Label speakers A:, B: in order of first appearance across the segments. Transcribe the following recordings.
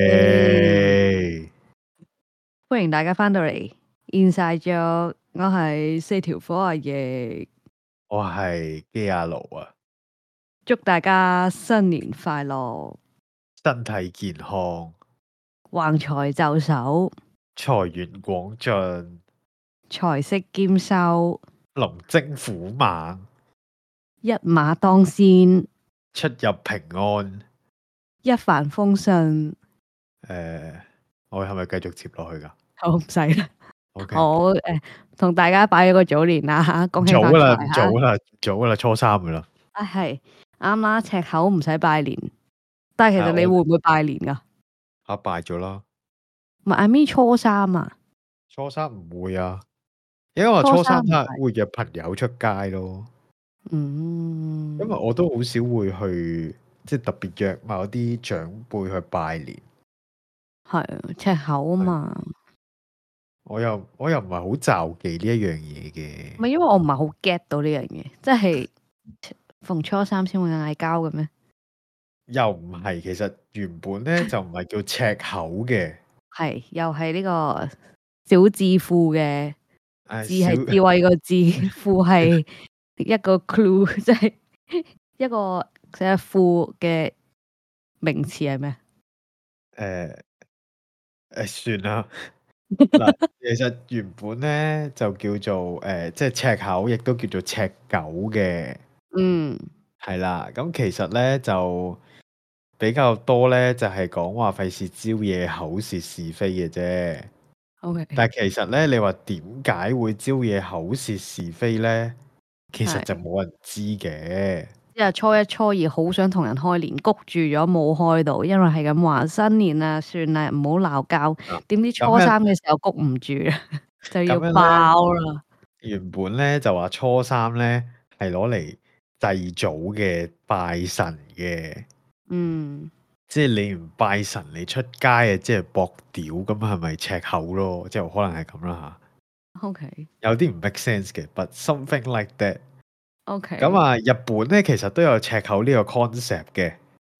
A: 喂，
B: 歡迎大家翻到嚟 Inside Joke，我係四條火阿亦，
A: 我係基亞奴啊，
B: 祝大家新年快樂，
A: 身體健康，
B: 橫財就手，
A: 財源廣進，
B: 財色兼收，
A: 龍精虎猛，
B: 一馬當先，
A: 出入平安。
B: 一帆風順。
A: 诶、我係咪繼續接落去㗎
B: 好唔使啦，
A: o K，
B: 我誒同大家拜咗個早年啦， 恭喜
A: 早
B: 發
A: 啦，
B: 財
A: 唔
B: 嚇
A: 早啦，唔早啦，初三㗎啦。
B: 啊係啱啦，赤口唔使拜年，但係其
A: 啊
B: 實你會
A: 我
B: 唔會拜年噶？
A: 啊，拜咗啦，
B: 唔係 I mean 初三啊，
A: 初三唔會啊，因為初
B: 初
A: 三都
B: 三唔
A: 係會約朋友出街咯。
B: 嗯，
A: 因為我都好少會去，即係特別約某啲長輩去拜年。
B: 係赤口啊嘛，
A: 我又我又唔係好就忌呢一樣嘢嘅。
B: 唔係因為我唔係好 get 到呢樣嘢，即係逢初三先會嗌交嘅咩？
A: 又唔係，其實原本咧就唔係叫赤口嘅，
B: 係又係呢個小智庫嘅。
A: 誒
B: 智係
A: 小
B: 智慧個智，富係一個 clue，即 係一個寫富嘅名詞係咩？
A: 誒呃誒算啦。嗱，其實原本咧就叫做誒、呃即係赤口，亦都叫做赤狗嘅，
B: 嗯，
A: 係啦。咁其實咧就比較多咧，就係講話費事招惹口舌是非嘅啫。
B: OK，
A: 但係其實咧，你話點解會招惹口舌是非咧？其實
B: 係
A: 就冇人知嘅。
B: 即係初一、初二好想同人開年，谷住咗冇開到，因為係咁話新年啊，算啦，唔好鬧交
A: 嗱。
B: 點知初
A: 啊咁樣
B: 三嘅時候谷唔住，就
A: 咁
B: 要
A: 樣咧
B: 爆啦。
A: 原本咧就話初三咧係攞嚟祭祖嘅拜神嘅，
B: 嗯，
A: 即係你唔拜神你出街啊，即係博屌咁係咪赤口咯？即係可能係咁啦
B: OK，OK，、
A: 嚇，有啲唔 make sense 嘅，but something like that。咁啊，日本咧其實都有赤口呢個 concept 嘅，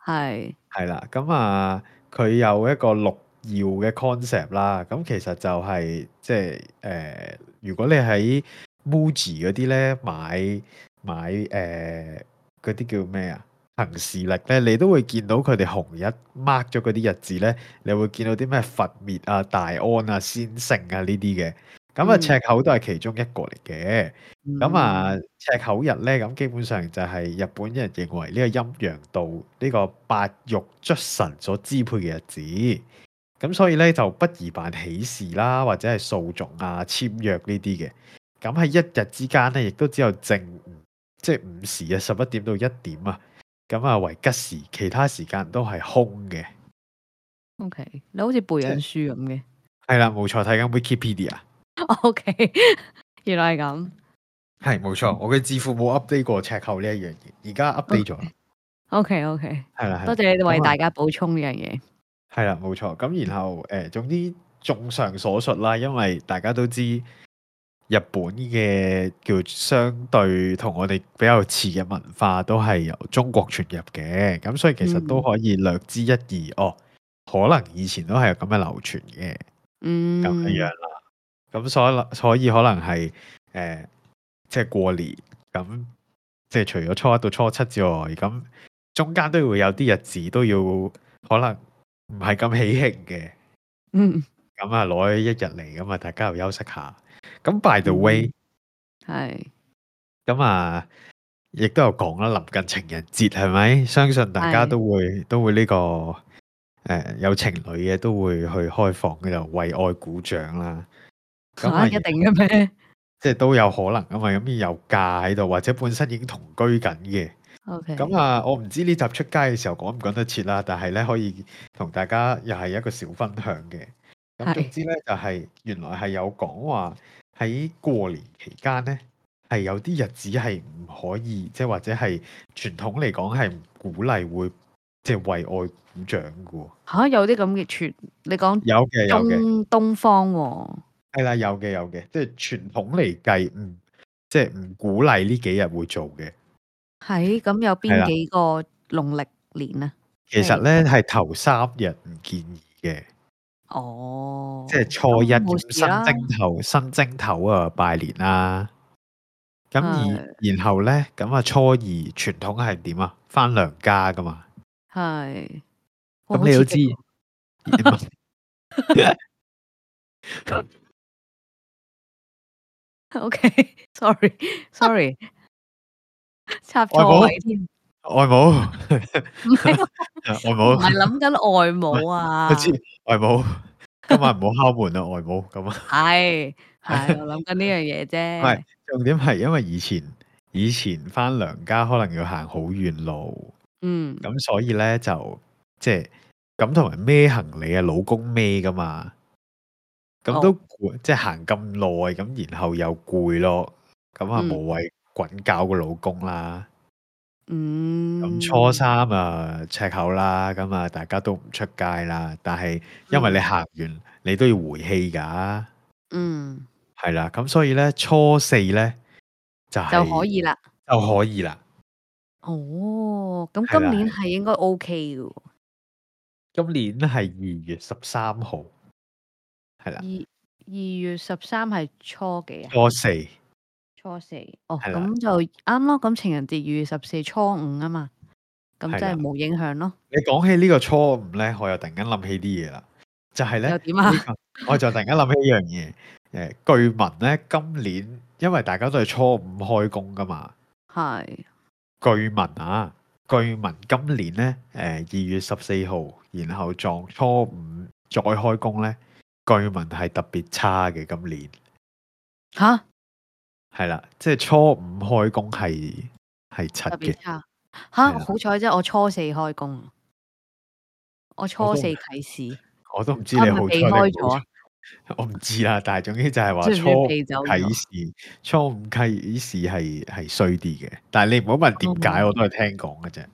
B: 係
A: 係啦。咁啊，佢有一個六曜嘅 concept 啦。咁其實就係、即係誒、呃如果你喺 Muji 嗰啲咧買買誒嗰啲叫咩啊？行事曆咧，你都會見到佢哋紅日 mark 咗嗰啲日子咧，你會見到啲咩佛滅啊、大安啊、先勝啊呢啲嘅。咁啊，
B: 嗯
A: 赤口都係其中一個嚟嘅。咁啊
B: 嗯，
A: 赤口日咧，咁基本上就係日本人認為呢個陰陽道呢、個八欲卒神所支配嘅日子。咁所以咧就不宜辦喜事啦，或者係訴訟啊、簽約呢啲嘅。咁喺一日之間咧，亦都只有正午，即係午時啊，十一點到一點啊，咁啊為吉時，其他時間都係空嘅。
B: OK，你好似背緊書咁嘅。
A: 係啦，冇錯，睇緊 Wikipedia。
B: OK，原 來係咁。
A: 係冇錯，我嘅智庫冇 update 過赤口呢一樣嘢，而家 update 咗啦。
B: OK OK，
A: 係啦，係啦
B: 多謝你哋為
A: 咁啊
B: 大家補充呢樣嘢。
A: 係啦，冇錯。咁然後誒、呃，總之綜上所述啦，因為大家都知日本嘅叫相對同我哋比較似嘅文化，都係由中國傳入嘅，咁所以其實
B: 嗯
A: 都可以略知一二。哦，可能以前都係有咁嘅流傳嘅。
B: 嗯，
A: 咁樣樣啦。咁所所以可能係誒、呃即係過年咁，即係除咗初一到初七之外，咁中間都會有啲日子都要可能唔係咁喜慶嘅，
B: 嗯，
A: 咁啊攞一日嚟，咁啊大家又休息下。咁 by the
B: 嗯
A: way，
B: 係
A: 咁啊亦都有講啦，臨近情人節係咪？相信大家
B: 係
A: 都會都會呢、個誒、呃有情侶嘅都會去開房嘅，就為愛鼓掌啦。咁啊
B: 嚇一定嘅咩
A: 即係都有可能啊嘛，咁有嫁喺度，或者本身已經同居緊嘅。
B: ？OK，
A: 咁啊，我唔知呢集出街嘅時候講唔講得切啦，但係咧可以同大家又係一個小分享嘅。咁
B: 係
A: 總之咧就係、原來係有講話喺過年期間咧係有啲日子係唔可以，即係或者係傳統嚟講係唔鼓勵會即係為愛鼓掌嘅喎。
B: 嚇有啲咁嘅傳，你講
A: 有嘅有嘅。
B: 東東方喎，
A: 係啦，有嘅有嘅，即係傳統嚟計，唔即係唔鼓勵呢幾日會做嘅。
B: 係咁有
A: 係啦
B: 邊幾個農曆年啊？
A: 其實咧係頭三日唔建議嘅，
B: 哦，
A: 即係初一
B: 冇
A: 咁
B: 事啦
A: 新蒸頭，新蒸頭啊拜年啦。咁而然後咧，咁啊初二傳統係點啊？翻娘家噶嘛，
B: 係。哇
A: 咁你都知，
B: 好 刺激喎 OK，sorry，sorry，插
A: 外
B: 錯
A: 母
B: 位添，
A: 外母，
B: 唔係
A: 外
B: 我
A: 母
B: 唔，係諗緊外母啊
A: 我，知外母，今晚唔好敲門啦，外母咁啊。
B: 係係我諗緊呢樣嘢啫
A: 係，重點係因為以前以前翻娘家可能要行好遠路，
B: 嗯，
A: 咁所以咧就即係咁同埋孭行李啊，老公孭噶嘛，咁都攰，即係行咁耐，咁然後又攰咯，咁啊
B: 嗯
A: 無謂滾搞個老公啦。
B: 嗯，
A: 咁初三啊赤口啦，咁啊大家都唔出街啦，但係因為你行完你都要回氣㗎，
B: 嗯
A: 係啦，咁所以咧初四咧就係
B: 就可以啦。
A: 就可以啦。
B: 哦，咁
A: 係啦
B: 今年係應該 OK 嘅喎，
A: 今年係二月十三號，係啦，
B: 二二月十三係初幾啊？
A: 初四
B: 初四，哦，
A: 係啦
B: 咁就啱咯。咁情人節二月十四初五啊嘛，咁
A: 係
B: 真係
A: 啦
B: 冇影響咯。
A: 你講起呢個初五咧，我又突然間諗起啲嘢啦，就係咧
B: 又點啊
A: 呢個我就突然間諗起一樣嘢，誒，據聞咧今年因為大家都係初五開工噶嘛，
B: 係，
A: 據聞啊，據聞今年咧，誒二月十四號，然後撞初五再開工咧，據聞係特別差嘅今年，
B: 吓
A: 係啦，即係初五開工係係柒
B: 特
A: 嘅
B: 別。差吓，
A: 係啦
B: 好彩啫，我初四開工，我初四啟市，
A: 我都唔知
B: 啊
A: 你
B: 咪
A: 好彩
B: 避
A: 你
B: 開
A: 冇
B: 咗啊
A: 我唔知啦，但係總之就係話
B: 即係
A: 初五
B: 避走咗
A: 啟示，初五啟示係係衰啲嘅，但係你唔好問點解，
B: 哦
A: 我都係聽講嘅啫，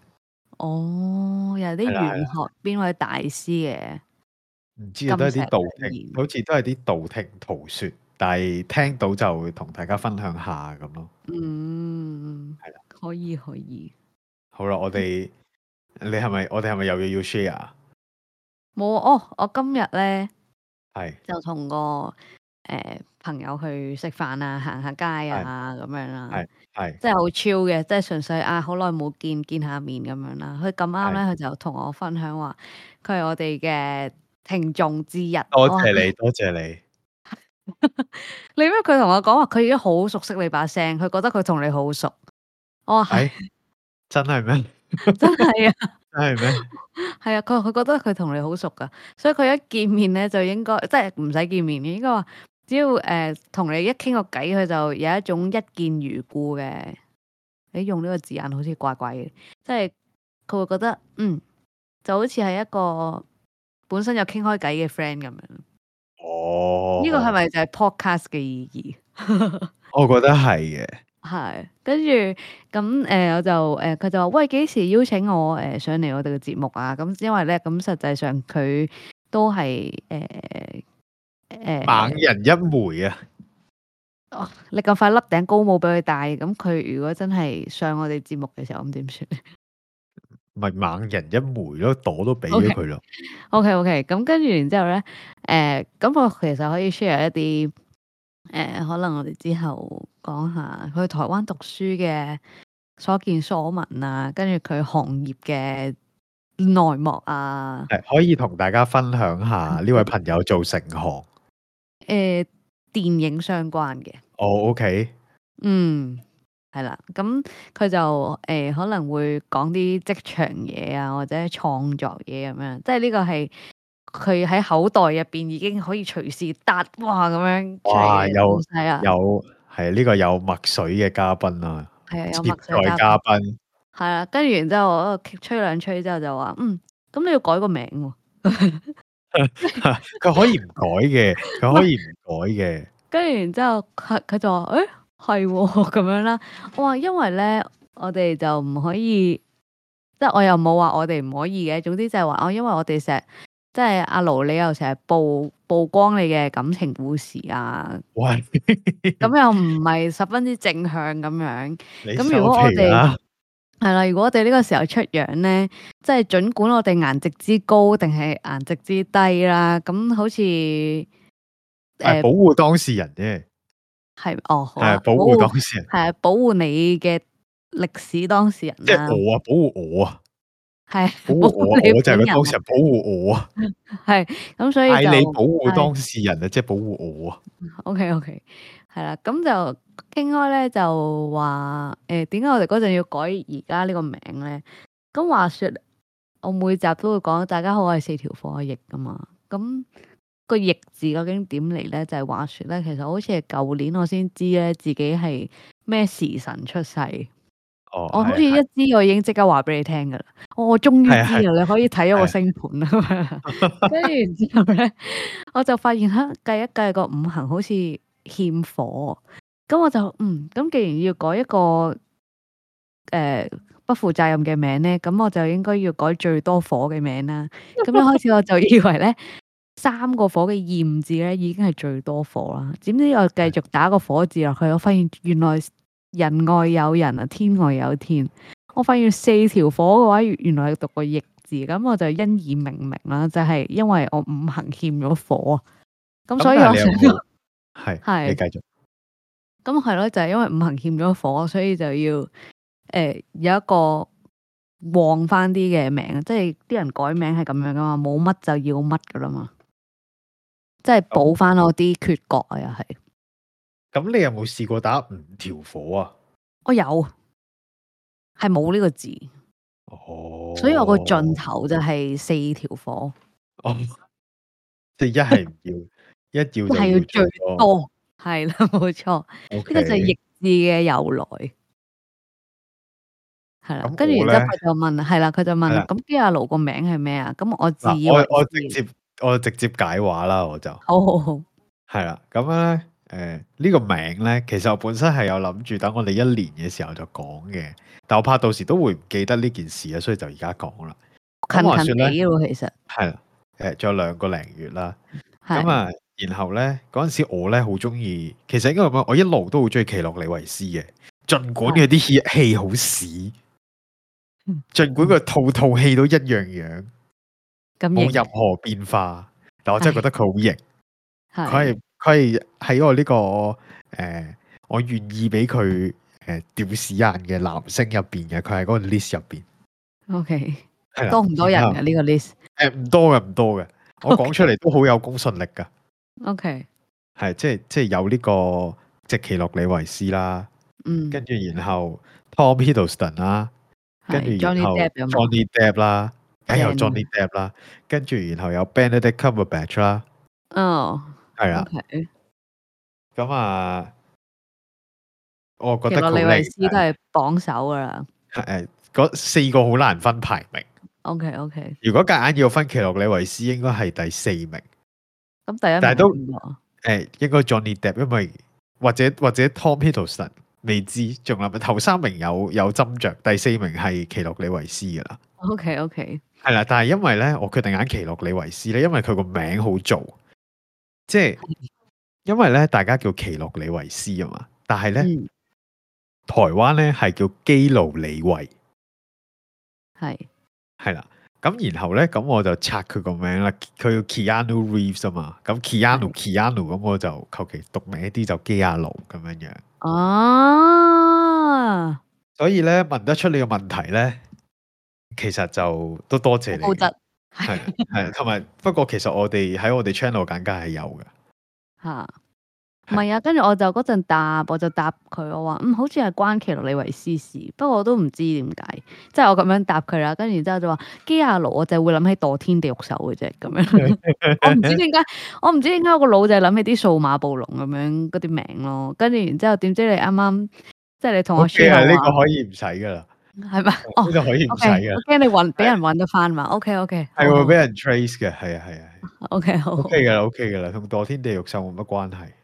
B: 哦，又係啲
A: 係啦係啦
B: 玄學邊位大師嘅，
A: 唔知啊都係啲道
B: 金石
A: 聽，
B: 良言
A: 好似都係啲道聽途說，但係聽到就同大家分享下咁咯。
B: 嗯
A: 係，
B: 可以可以，
A: 好啦，我
B: 嗯
A: 哋你係咪我哋係咪又要要 share？啊
B: 冇啊哦，我今日咧。
A: 係
B: 就同個誒朋友去食飯啊，行下街啊咁樣啦，
A: 係
B: 即係好 chill 嘅，即係純粹啊好耐冇見見下面咁樣啦。佢咁啱咧，佢就同我分享話佢係我哋嘅聽眾之一。
A: 多
B: 我話
A: 謝你，多謝你，
B: 你咩？佢同我講話佢已經好熟悉你把聲，佢覺得佢同你好熟。我話係
A: 係真係咩？
B: 真係啊，
A: 真係 咩？
B: 係啊，佢佢覺得佢同你好熟噶，所以佢一見面咧就應該即係唔使見面嘅，應該話只要誒同、你一傾個偈，佢就有一種一見如故嘅。你用呢個字眼好似怪怪嘅，即係佢會覺得嗯，就好似係一個本身有傾開偈嘅 friend 咁樣。呢
A: 哦，
B: 個係？咪就係 podcast 嘅意義？
A: 我覺得係嘅，
B: 係，跟住咁誒，我就誒佢就話喂幾時邀請我誒、呃上嚟我哋嘅節目啊？咁因為咧，咁實際上佢都呃係誒
A: 猛
B: 誒，
A: 人一枚啊！
B: 你咁快笠頂高帽俾佢戴，咁佢如果真係上我哋節目嘅時候，咁點算
A: 咪猛人一枚咯，朵都俾咗佢咯。
B: ？OK OK，咁跟住然之後咧，誒、咁我其實可以 share 一啲誒、可能我哋之後講下去台灣讀書嘅所見所聞啊，跟住佢行業嘅內幕啊。
A: 係可以同大家分享下
B: 嗯
A: 呢位朋友做成行。哦
B: 誒、電呃影相關嘅，
A: ，OK，
B: 嗯，係啦，咁佢就誒、可能會講啲職場嘢啊，或者創作嘢咁樣，即係呢個係佢喺口袋入邊已經可以隨時搭哇咁樣出
A: 哇
B: 嚟嘅
A: 有
B: 東西啊啦，
A: 有係呢個有墨水嘅嘉賓啦，
B: 係啊，有
A: 接
B: 墨水
A: 待嘉賓
B: 係啦，跟住然之後我喺度吹兩吹之後就話，嗯，咁你要改個名喎、
A: 佢可以唔改嘅，佢可以唔改嘅。
B: 跟住然之後佢佢就話：，誒係喎 咁樣啦。我話因為咧，我哋就唔可以，即係我又冇話我哋唔可以嘅。總之就係話，哦，因為我哋成日即係阿盧，你又成日曝曝光你嘅感情故事 啊，
A: 喂，
B: 咁又唔係十分之正向咁樣。
A: 你啊
B: 咁
A: 收
B: 如果我
A: 皮啦，
B: 係啦，如果我哋呢個時候出樣咧，即係儘管我哋顏值之高定係顏值之低啦，咁好似誒
A: 係保護當事人啫，
B: 係哦，好啊
A: 係保護當事人，
B: 係啊，保護你嘅歷史當事人
A: 即係
B: 啦，
A: 我啊，保護我啊，
B: 係
A: 保護我啊，
B: 你
A: 我就係個
B: 本人
A: 當事人，保護我啊，
B: 係咁，所以
A: 嗌你
B: 就
A: 保護
B: 係
A: 當事人啊，即係保護我啊，
B: OK OK 係啦，咁就傾開咧就話誒點解我哋嗰陣要改而家呢個名咧？咁話説我每集都會講大家好，我係四條火嘅翼噶嘛，咁、個翼字究竟點嚟咧？就係、話説咧，其實好似係舊年我先知咧自己係咩時辰出世，
A: 哦，
B: 我好
A: 係
B: 似一
A: 係
B: 知我已經即刻話俾你聽噶啦，我我終於
A: 係啊
B: 知啦，你可以睇咗
A: 係啊
B: 我星盤啦 咁樣。跟住之後咧，我就發現吓計一計個五行好似欠火，咁我就嗯，咁既然要改一個诶、呃不負責任嘅名咧，咁我就應該要改最多火嘅名啦。咁一開始我就以為咧。三個火嘅焰字咧，已經係最多火啦。點知我繼續打個火字落去，我發現原來人外有人啊，天外有天。我發現四條火嘅話，原來係讀個逆字，咁我就因而明明啦，就係、因為我五行欠咗火啊。咁
A: 咁
B: 所以
A: 但
B: 我
A: 係
B: 想
A: 你有冇係
B: 係
A: 你繼續
B: 咁係咯，就係、因為五行欠咗火，所以就要誒、呃有一個旺翻啲嘅名，即係啲人改名係咁樣噶嘛，冇乜就要乜噶啦嘛，即係補翻我啲缺角啊！又係
A: 咁你有冇試過打五條火啊？
B: 我哦有係冇呢個字，
A: 哦，
B: 所以我個盡頭就係四條火，
A: 哦，即係一係 唔要，一要
B: 一係
A: 就
B: 要最
A: 多。
B: 多哦係啦，冇錯，
A: 呢
B: 呢個就係逆字嘅由來。係啦
A: 咁，
B: 跟住
A: 我
B: 然之後
A: 呢
B: 佢就問，係啦，佢就問
A: 係啦
B: 啦，咁基亞奴個名係咩啊？咁我自以
A: 嗱，
B: 為
A: 我我
B: 是
A: 直接我直接解話啦，我就
B: 好好好，
A: 係啦。咁樣咧，誒呢個名咧，其實我本身係有諗住等我哋一年嘅時候就講嘅，但我怕到時都會唔記得呢件事啊，所以就而家講啦。咁話
B: 近
A: 說
B: 近
A: 咧
B: 地咯，其實
A: 係啦，誒仲有兩個零月啦。咁
B: 係
A: 啊，然後咧嗰陣時我咧好中意，其實應該咁講，我一路都好中意奇洛李維斯嘅，儘管佢啲戲戲好屎
B: 哦嗯，
A: 儘管佢套套戲都一樣樣，
B: 咁
A: 冇
B: 型
A: 任何變化，但我真係覺得佢好型。佢
B: 係
A: 係佢係喺我呢、個誒、呃我願意俾佢誒吊屎眼嘅男星入邊嘅，佢係嗰個 list 入邊。
B: OK，
A: 係啦
B: 多唔多人
A: 然
B: 啊？
A: 後
B: 呢個 list
A: 誒唔多嘅，唔多嘅，我講出嚟都好有公信力㗎。
B: OK，
A: 係即係即係有呢、個即係奇洛李維斯啦，
B: 嗯，
A: 跟住然後 Tom Hiddleston 啦，跟
B: 係
A: 住然
B: Johnny
A: 後
B: Depp 有冇
A: Johnny Depp 啦，梗有
B: Ken
A: Johnny Depp 啦，跟住然後有 Benedict Cumberbatch 啦，
B: 哦
A: 係啊啦，
B: ，OK，嗯
A: 咁啊，我覺
B: 其
A: 得
B: 實
A: 佢
B: 李
A: 好靚
B: 維斯都係榜首噶啦。
A: 係誒嗰四個好難分排名。
B: OK OK，
A: 如果夾硬要分奇洛李維斯，應該係第四名。
B: 咁第一
A: 但係
B: 名
A: 都
B: 係邊個啊
A: 誒、應該 Johnny Depp，因為或者或者 Tom Hiddleston 未知，仲諗頭三名有有斟酌，第四名係奇洛里維斯噶啦，
B: ？OK OK，
A: 係啦。但係因為咧，我決定揀奇洛里維斯咧，因為佢個名好做，即係因為咧大家叫奇洛里維斯啊嘛，但係咧、
B: 嗯，
A: 台灣咧係叫基路里維，
B: 係
A: 係啦。咁然後咧，咁我就拆佢個名啦，佢叫 Keanu Reeves 啊嘛，咁 Keanu Keanu 咁我就求其讀名一啲就基亞奴咁樣樣。
B: 啊，
A: 所以咧問得出呢個問題咧，其實就都多謝你
B: 好
A: 嘅，
B: 得
A: 係係同埋不過其實我哋喺我哋 channel 簡介係有嘅，
B: 嚇。唔係啊，跟住我就嗰陣答，我就答佢，我話嗯，好似係關奇洛里維斯事，不過我都唔知點解，即係我咁樣答佢啦。跟住然之後就話基亞奴，我就會諗起墮天地獄手嘅啫，咁 樣。我唔知點解，我唔知點解我個腦就係諗起啲數碼暴龍咁樣嗰啲名咯。跟住然之後點知你啱啱即係你同我
A: OK 啊，
B: share
A: 呢
B: 話
A: 個可以唔使噶啦，
B: 係咪？哦
A: 呢個可以唔使
B: ，OK，
A: 噶
B: 我，驚你揾俾人揾得翻嘛。OK OK，
A: 係會俾人 trace 嘅，係啊係啊係
B: OK 好
A: ，OK 噶啦 OK 噶啦，同墮天地獄獸冇乜關係。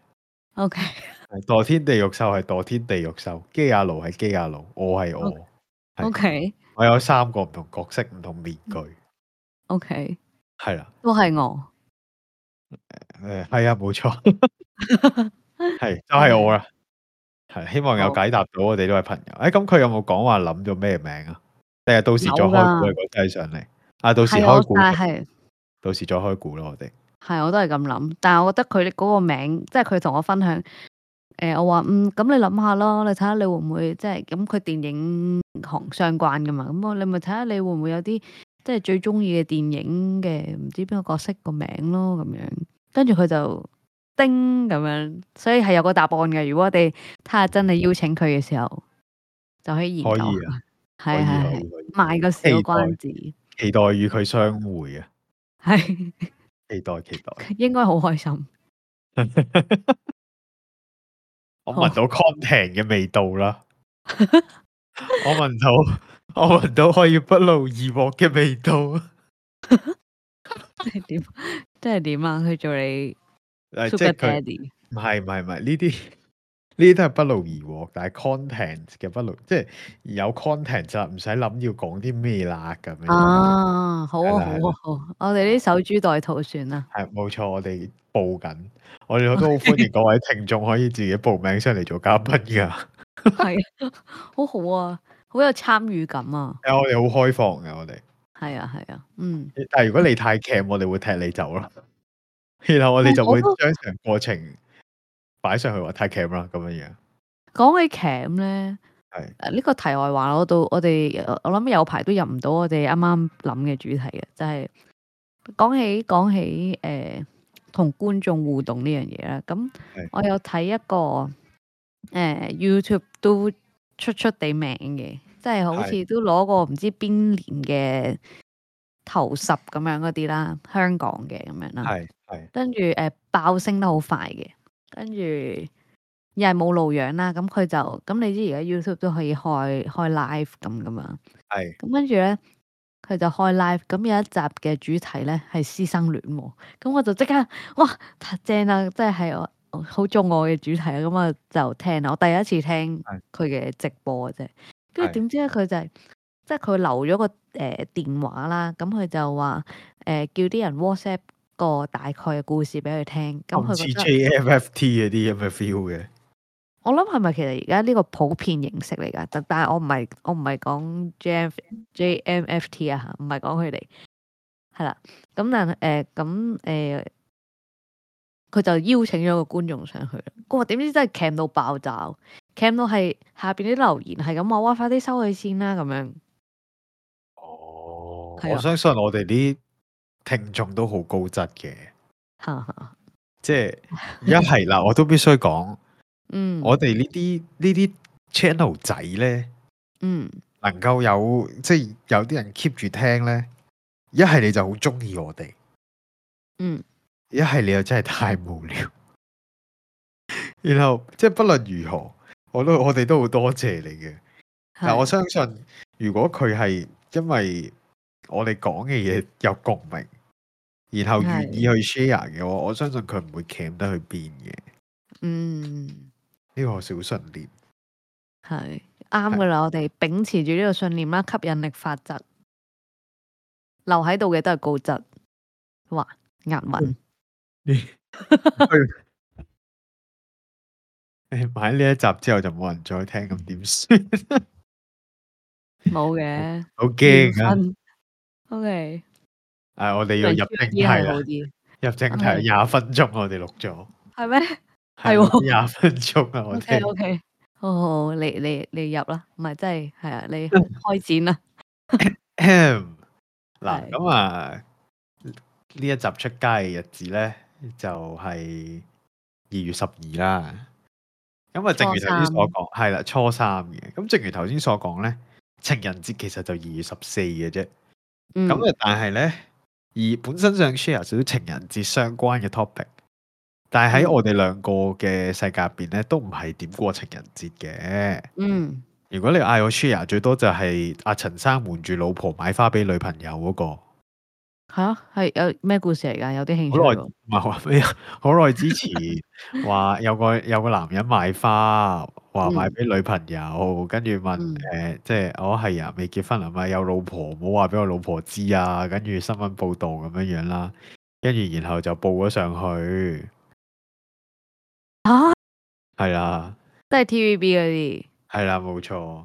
B: OK
A: 係墮天地獄獸係墮天地獄獸，基亞奴係基亞奴，我係我，係
B: OK
A: 我有三個唔同角色、唔同面具，
B: OK，
A: 係啦，
B: 都係我。
A: 誒係啊，冇錯，係就係我啦，係希望有
B: 好
A: 解答到我哋呢位朋友。誒，咁佢有冇講話諗咗咩名啊？定係到時再開
B: 有㗎
A: 估佢個掣上嚟？啊，到時
B: 係我
A: 開估，
B: 但係
A: 到時再開估咯，我哋。
B: 係我都係咁諗，但係我覺得佢嗰個名，即係佢同我分享，诶、我話嗯，咁你諗下咯，你睇下你會唔會即係咁佢電影行相關噶嘛，咁我你咪睇下你會唔會有啲即係最中意嘅電影嘅唔知邊個角色個名咯咁樣，跟住佢就叮咁樣，所以係有個答案嘅。如果我哋睇下真係邀請佢嘅時候，就可以研究
A: 可以
B: 下，
A: 啊，可以
B: 係
A: 可
B: 係係
A: 以，可以
B: 賣個小
A: 期待
B: 關子，
A: 期待與佢相會啊！
B: 係
A: 期待期待，
B: 應該好開心。
A: 我
B: 好
A: 聞到 content 嘅味道 啦，我聞到我聞到可以不勞而獲嘅味道，
B: 即系点？即系点啊？佢做你
A: 誒，即係
B: Sugar
A: 佢。
B: Daddy
A: 唔係唔係唔係呢啲 呢啲都係不勞而獲，但係 content 嘅不勞，即係有 content 就唔使諗要講啲咩啦咁樣。
B: 啊！好
A: 係
B: 啊，
A: 啦
B: 好
A: 係
B: 啊，好啊！我哋啲守株待兔算啦。
A: 係冇錯，我哋報緊，我哋都好歡迎各位聽眾可以自己報名上嚟做嘉賓 㗎。啊
B: 系，好好啊，好有參與感啊！
A: 誒，我哋好開放嘅，我哋。
B: 係啊，係啊，嗯，
A: 但係如果你太 c 我哋會踢你走啦。 然後我哋就
B: 我
A: 會
B: 都
A: 將成過程擺上去話太 c 啦咁樣樣。
B: 講起 cam 咧，
A: 係
B: 誒呢個題外話，我到我哋我諗有排都入唔到我哋啱啱諗嘅主題嘅，就係講起講起誒同、觀眾互動呢樣嘢啦。咁
A: 係
B: 我有睇一個誒、呃 YouTube 都出出地名嘅，即係好似都攞過唔知邊年嘅頭十咁樣嗰啲啦，香港嘅咁樣啦。
A: 係係
B: 跟住誒、呃爆升得好快嘅，跟住又係冇路樣啦，咁佢就咁你知而家 YouTube 都可以開開 live 咁噶嘛，
A: 係
B: 咁跟住咧佢就開 live，咁有一集嘅主題咧係師生戀喎，咁我就即刻哇太正啦，即係係我我好中我嘅主題啊，咁我就聽啦，我第一次聽
A: 係
B: 佢嘅直播嘅啫，跟
A: 係
B: 住點知咧佢就係、即係佢留咗個誒、呃、電話啦，咁佢就話誒、呃叫啲人 WhatsApp 個大概嘅故事俾佢聽，咁
A: 咁
B: 佢
A: 哦似
B: 覺得
A: JFFT 嗰啲咁嘅 feel 嘅。
B: 我諗係咪其實而家呢個普遍形式嚟㗎？但但係我唔係我唔係講 JF JMFT 啊，唔係講佢哋係啦。咁但係誒咁誒，佢、就邀請咗個觀眾上去啦。哇！點知真係 cam 到爆炸，cam 到係下邊啲留言係咁話：哇！快啲收佢先啦咁樣。
A: 哦，
B: 係
A: 我
B: 啊
A: 相信我哋啲聽眾都好高質嘅，
B: 哈哈
A: 即係 一係啦，我都必須講，
B: 嗯，
A: 我哋呢啲呢啲 channel 仔咧，
B: 嗯
A: 能夠有即係有啲人 keep 住聽咧，一係你就好中意我哋，
B: 嗯
A: 一係你又真係太無聊。 然後即係不論如何，我都我哋都好多謝你嘅。但我
B: 係
A: 相信，如果佢係因為我哋講嘅嘢有共鳴，然後願意去 share 嘅話，我相信佢唔會 c 得去邊嘅。
B: 嗯
A: 呢個我小信 念
B: 係啱㗎啦！我哋秉持住呢個信念啦，吸引力法則留喺度嘅都係高質，哇！押
A: 嗯
B: 韻
A: 你 買呢一集之後就冇人再聽，咁點算？
B: 冇 嘅，
A: 好驚啊！
B: ！O K，
A: 誒、我哋要入啊正題
B: 啲係好
A: 啦，
B: 啲，
A: 入正題
B: 係
A: 廿分鐘我哋錄咗，
B: 係咩
A: 係
B: 係喎
A: 廿分鐘 啊！我
B: ？O
A: 聽
B: K，O K，好好，好你你你入啦，唔係真係係啊，
A: 嗯
B: 你開展啦，
A: 嗱
B: 係
A: 咁啊，呢一集出街嘅日子咧就係二月十二啦。咁啊，正如頭先所講，係啦，初三嘅。咁正如頭先所講咧，情人節其實就二月十四嘅啫。
B: 嗯
A: 咁啊、但係咧，而本身想 share 少少情人節相關嘅 topic，但係喺
B: 嗯
A: 我哋兩個嘅世界入邊咧，都唔係點過情人節嘅。
B: 嗯
A: 如果你嗌我 share，最多就係阿陳生瞞住老婆買花俾女朋友嗰、個，
B: 吓係有咩故事嚟㗎？有啲興趣
A: 好耐
B: 喎，
A: 唔係話咩啊？ 好耐之前話有個有個男人買花，話買俾女朋友，跟住問誒、
B: 嗯
A: 即係我係啊，未結婚啊咪有老婆，唔好話俾我老婆知啊。跟住新聞報導咁樣樣啦，跟住然後就報咗上去，
B: 嚇
A: 係啦。
B: 啊都係 TVB 嗰啲，啊
A: 係啦，冇錯。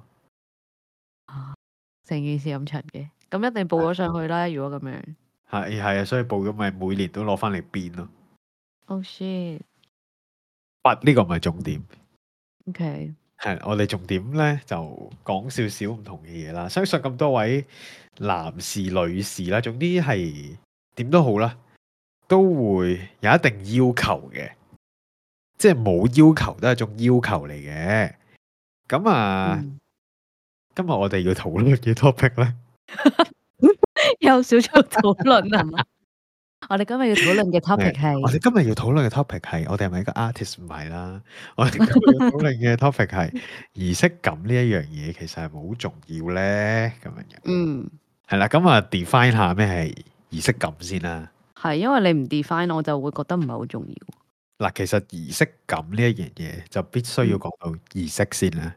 B: 成件事咁柒嘅，咁一定報咗上去啦。如果咁樣
A: 係係啊，所以報咗咪每年都攞翻嚟變咯。
B: ，oh shit，OK，
A: 不呢個唔係重點，係我哋重點咧就講少少唔同嘅嘢啦。相信咁多位男士、女士啦，總之係點都好啦，都會有一定要求嘅，即係冇要求都係一種要求嚟嘅。咁啊，
B: 嗯
A: 今日我哋要討論嘅 topic 咧。
B: 又少咗討論係嘛？ 我哋今日要討論嘅 topic
A: 我哋
B: 係
A: 今日要討論嘅 topic 係，我哋係咪一個 artist 唔係啦？我哋今日要討論嘅 topic 係儀式感呢一樣嘢，其實係咪好重要咧？咁樣樣
B: 嗯。
A: 係啦，咁啊 define 下咩係儀式感先啦。
B: 係，因為你唔 define，我就會覺得唔係好重要。
A: 嗱，其實儀式感呢一樣嘢就必須要講到儀式先啦。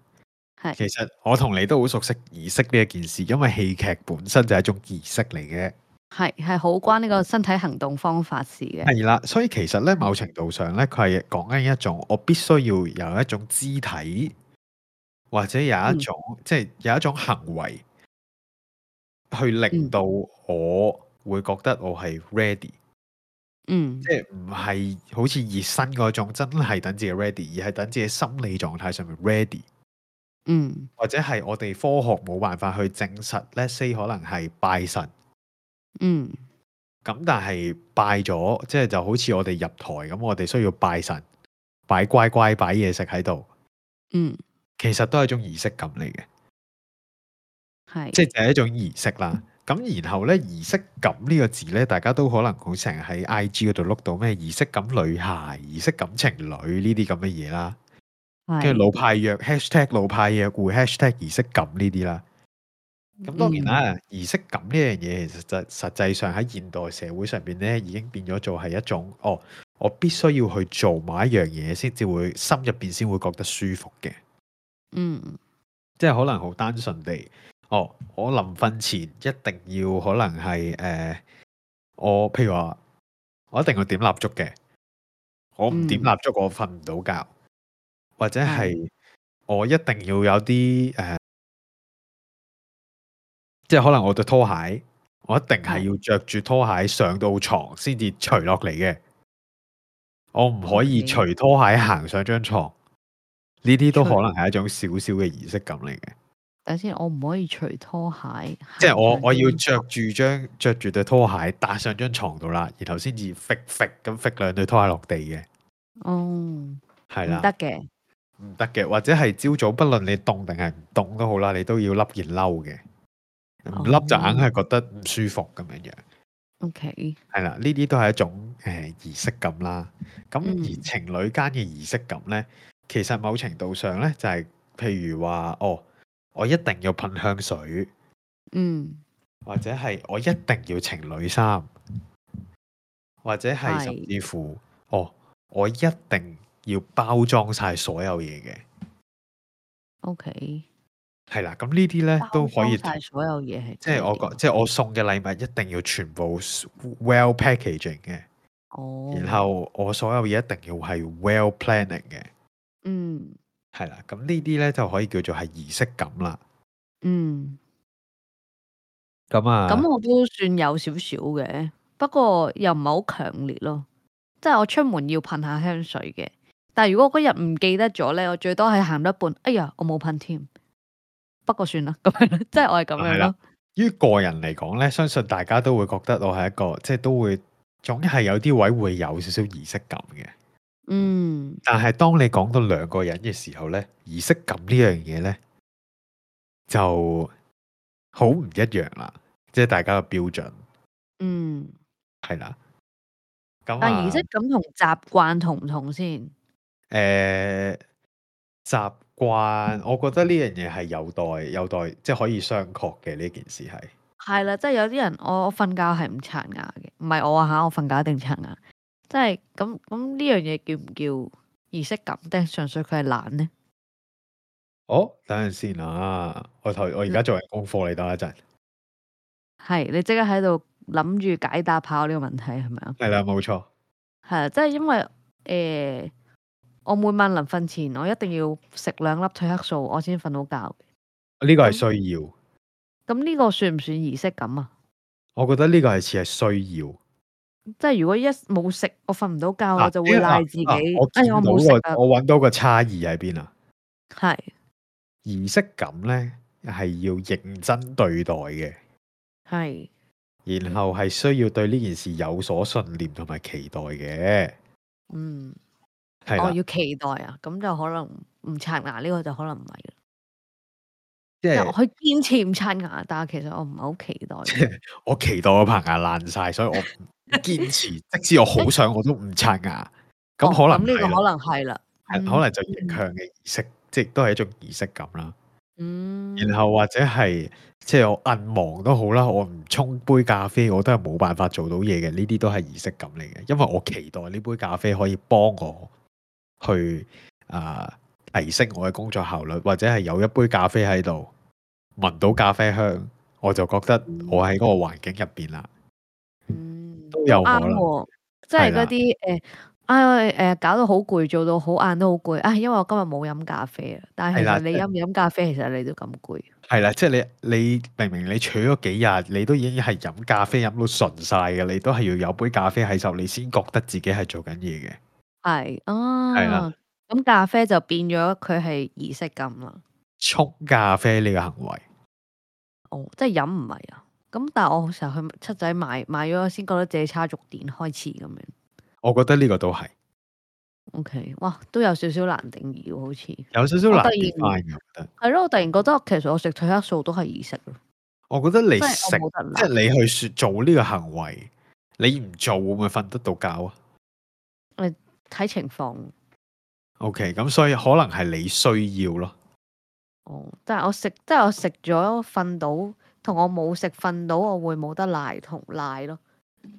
B: 係
A: 其實我同你都好熟悉儀式呢一件事，因為戲劇本身就係一種儀式嚟嘅。
B: 係係好關呢個身體行動方法事嘅。
A: 係啦，所以其實咧，某程度上咧，佢係講緊一種我必須要有一種肢體，或者有一
B: 嗯
A: 種、即係有一種行為，去令
B: 嗯
A: 到我會覺得我係 ready，、
B: 嗯
A: 即係唔係好似熱身嗰種，真係等自己 ready，而係等自己心理狀態上面 ready，
B: 嗯
A: 或者係我哋科學冇辦法去證實，let's say 可能係拜神。
B: 嗯
A: 咁但係拜咗，即係就好似我哋入台咁，我哋需要拜神、擺乖乖、擺嘢食喺度，
B: 嗯，
A: 其實都係一種儀式感嚟嘅，
B: 係
A: 即係就係一種儀式啦。咁然後呢，儀式感呢個字呢，大家都可能好成日喺 IG 嗰度碌到咩儀式感女孩、儀式感情侶呢啲咁嘅嘢啦，跟
B: 係
A: 住老派約 hashtag 老派約會 hashtag 儀式感呢啲啦。
B: 嗯
A: 咁當然啦，儀式感呢樣嘢其實就實際上喺現代社會上邊咧，已經變咗做係一種哦，我必須要去做某一樣嘢先至會心入邊先會覺得舒服嘅，
B: 嗯
A: 即係可能好單純地，哦，我臨瞓前一定要可能係誒、呃我譬如話我一定要點蠟燭嘅，我唔點
B: 嗯
A: 蠟燭我瞓唔到覺，或者係我一定要有啲誒、呃即係可能我對拖鞋，我一定係
B: 係
A: 要着住拖鞋上到床先至除落嚟嘅，我唔可以
B: OK
A: 除拖鞋行上張床，呢啲都 可
B: 除
A: 能係一種少少嘅儀式感嚟嘅。
B: 等先，我唔可以除拖鞋。
A: 即係我
B: 行上
A: 我要
B: 張
A: 着住張着住對拖鞋搭上張床度啦，然後先至揈揈咁揈兩對拖鞋落地嘅，
B: 哦，唔
A: 係啦
B: 得，嘅。
A: 唔得嘅，或者係朝早不論你凍定係唔凍都好啦，你都要笠件褸嘅，
B: 哦
A: 唔笠就硬係覺得唔舒服咁樣樣，
B: OK，
A: 係啦，呢啲都係一種誒、呃、儀式感啦。咁
B: 嗯
A: 而情侶間嘅儀式感呢，其實某程度上呢，就係、譬如話哦，我一定要噴香水，
B: 嗯
A: 或者係我一定要情侶衫，或者係
B: 係
A: 甚至乎哦，我一定要包裝晒所有嘢嘅，
B: ，OK，
A: 係啦。咁呢啲呢都可以
B: 包裝，晒所有嘢係。
A: 即係我覺，即係我送嘅禮物一定要全部 s- well packaging 嘅，
B: 哦，
A: 然後我所有嘢一定要係 well planning 嘅，
B: 嗯
A: 係啦。咁呢啲呢就可以叫做係儀式感啦。
B: 嗯。
A: 咁啊，
B: 咁我都算有少少嘅，不過又唔係好強烈咯。即係我出門要噴下香水嘅，但係如果我嗰日唔記得咗咧，我最多係行到一半，哎呀，我冇噴添。不過算啦，咁樣啦，即係我係咁
A: 係
B: 樣
A: 啦
B: 咯。
A: 於個人嚟講咧，相信大家都會覺得我係一個即係都會總係有啲位會有少少儀式感嘅。
B: 嗯，
A: 但係當你講到兩個人嘅時候咧，儀式感呢樣嘢咧就好唔一樣啦，即係大家嘅標準
B: 嗯，
A: 係啦。咁
B: 但係
A: 啊
B: 儀式感同習慣同唔同先？
A: 誒習慣，我覺得呢樣嘢係有待有待即係可以商榷嘅呢件事係。
B: 係啦，即係有啲人我瞓覺係唔刷牙嘅，唔係我啊嚇，我瞓覺一定刷牙。即係咁咁呢樣嘢叫唔叫儀式感？定係純粹佢係懶呢？
A: 哦，等陣先啊！我頭我而
B: 嗯
A: 家做緊功課，你等我一陣。
B: 係你即刻喺度諗住解答下我呢個問題係咪啊？
A: 係啦，冇錯。
B: 係啊，即係因為誒、呃我每晚臨瞓前，我一定要食兩粒褪黑素，我先瞓到覺。
A: 呢
B: 嗯
A: 個係需要，
B: 咁呢個算唔算儀式感啊？
A: 我覺得呢個係似係需要。
B: 即係如果一冇食，我瞓唔到覺，我
A: 嗱
B: 就
A: 因
B: 會
A: 為嗱
B: 賴自己
A: 啊我。
B: 哎
A: 見
B: 呀，
A: 到
B: 我
A: 個
B: 冇食啊，
A: 我揾到個差異喺邊啊？
B: 係
A: 儀式感呢係要認真對待嘅，
B: 係
A: 然後係需要對呢件事有所信念同埋期待嘅，
B: 嗯，
A: 係
B: 我
A: 啦，
B: 要期待啊，咁就可能唔刷牙呢個就可能唔係啦。
A: 即
B: 即
A: 係
B: 係我 去堅持唔刷牙，但係其實我唔係好期待。
A: 我期待我棚牙爛晒，所以我 唔堅持，即使我好想我都唔刷牙。咁
B: 哦
A: 可能
B: 咁呢個
A: 係
B: 可
A: 啦
B: 能係啦，嗯
A: 係可能就逆向嘅儀式，即係都係一種儀式感啦。
B: 嗯，
A: 然後或者係即係我銀忙都好啦，我唔沖杯咖啡，我都係冇辦法做到嘢嘅。呢啲都係儀式感嚟嘅，因為我期待呢杯咖啡可以幫我去啊、提升我嘅工作效率，或者係有一杯咖啡喺度，聞到咖啡香，我就覺得我喺嗰個環境入邊啦，
B: 嗯
A: 都有可
B: 啱
A: 能。
B: 喎，即係
A: 係啦
B: 嗰啲誒啊誒，搞到好攰，做到好晏都好攰啊！因為我今日冇飲咖啡啊，但係
A: 係
B: 其
A: 啦
B: 實你
A: 即係
B: 飲唔飲咖啡，其實你都咁攰。
A: 係啦，即係你你明明你取咗幾日，你都已經係飲咖啡飲到純晒嘅，你都係要有杯咖啡喺手，你先覺得自己係做緊嘢嘅。
B: 係
A: 係
B: 啊
A: 啦，
B: 咁咖啡就變咗佢係儀式感啦。
A: 沖咖啡呢個行為，
B: 哦，即係飲唔係啊。咁但係我成日去七仔買買咗，先覺得自己差足電開始咁樣。
A: 我覺得呢個都係
B: OK，哇，都有少少難定義喎，好似係
A: 有少少
B: 我
A: 難
B: 突然
A: define 嘅。我覺得，
B: 咯。我突然覺得其實我食褪黑素都係儀式咯，
A: 我覺得你
B: 即係
A: 食
B: 我，冇得
A: 即係
B: 諗。
A: 你去說做呢個行為，你唔做會唔會瞓得到覺啊
B: 睇情況。
A: ？OK，咁所以可能係你需要咯。
B: 哦，但係我食，即係我食咗瞓到，同我冇食瞓到，我會冇得賴同賴咯，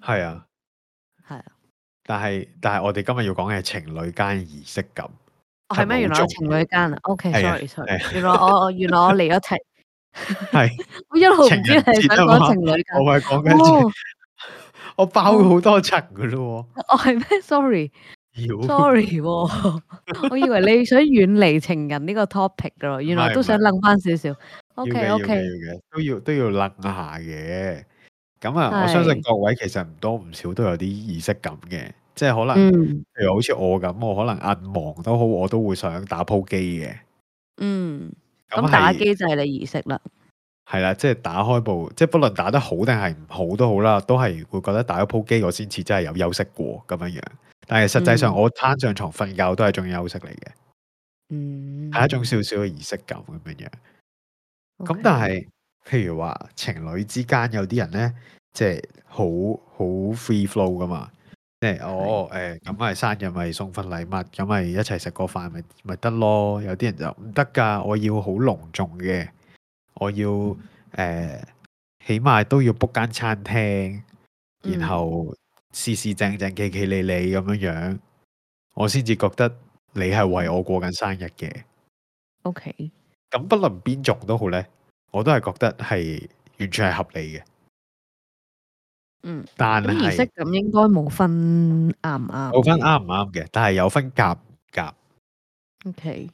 A: 係啊，
B: 係啊，
A: 但係但係我哋今日要講嘅係情侶間嘅儀式 感，
B: 哦
A: 係咪
B: 係咩？原
A: 好
B: 來
A: 重
B: 我情侶間啊
A: 係啊
B: ，OK，sorry sorry，
A: 係
B: 原來我我原來我離咗題，
A: 係
B: 我一路 唔
A: 情
B: 知
A: 人
B: 係
A: 節
B: 想
A: 啊哦嘛
B: 講情侶間
A: 我，咪講緊，
B: 哦，
A: 我包咗好多層噶咯
B: 我哦係咩？sorry
A: 喎，妖
B: sorry，喎 我以為你想遠離情人呢個 topic 噶咯，
A: 唔
B: 原來
A: 係
B: 都
A: 唔
B: 想
A: 係
B: 楞翻少少
A: 要
B: ，OK
A: 嘅要嘅
B: OK，
A: 要嘅，都要都要楞下嘅。咁啊，我相信
B: 係，
A: 各位其實唔多唔少都有啲儀式感嘅，即係可能
B: 嗯
A: 譬如好似我咁，我可能銀忙都好，我都會想打鋪機嘅。
B: 嗯，
A: 咁
B: 咁打
A: 係
B: 機就係你儀式啦，
A: 係啦，即係打開部，即係不論打得好定係唔好都好啦，都係會覺得打咗鋪機我先至真係有休息過咁樣樣。但係實際上
B: 嗯
A: 我攤上床瞓覺都係一種休息嚟嘅，係一種
B: 嗯
A: 少少嘅儀式感咁樣樣。咁但
B: ，OK，
A: 係，譬如話情侶之間有啲人咧，即係好好 free flow 噶嘛，即係
B: 係。
A: 哦誒，咁咪生日咪送份禮物，咁咪一齊食個飯咪咪得咯。有啲人就唔得㗎，我要好隆重嘅，我要
B: 嗯
A: 誒、呃起碼都要 book 間餐廳，然
B: 嗯，
A: 後事事正正、企企理理咁樣樣，我先至覺得你係為我過緊生日嘅。
B: O K，
A: 咁不論邊種都好呢，我都係覺得係完全係合理嘅。
B: 嗯，
A: 但
B: 咁啊儀式
A: 係
B: 感應該冇分啱唔啱
A: 冇分
B: 嘅。
A: 啱唔啱嘅，但係有分夾唔夾。
B: O K，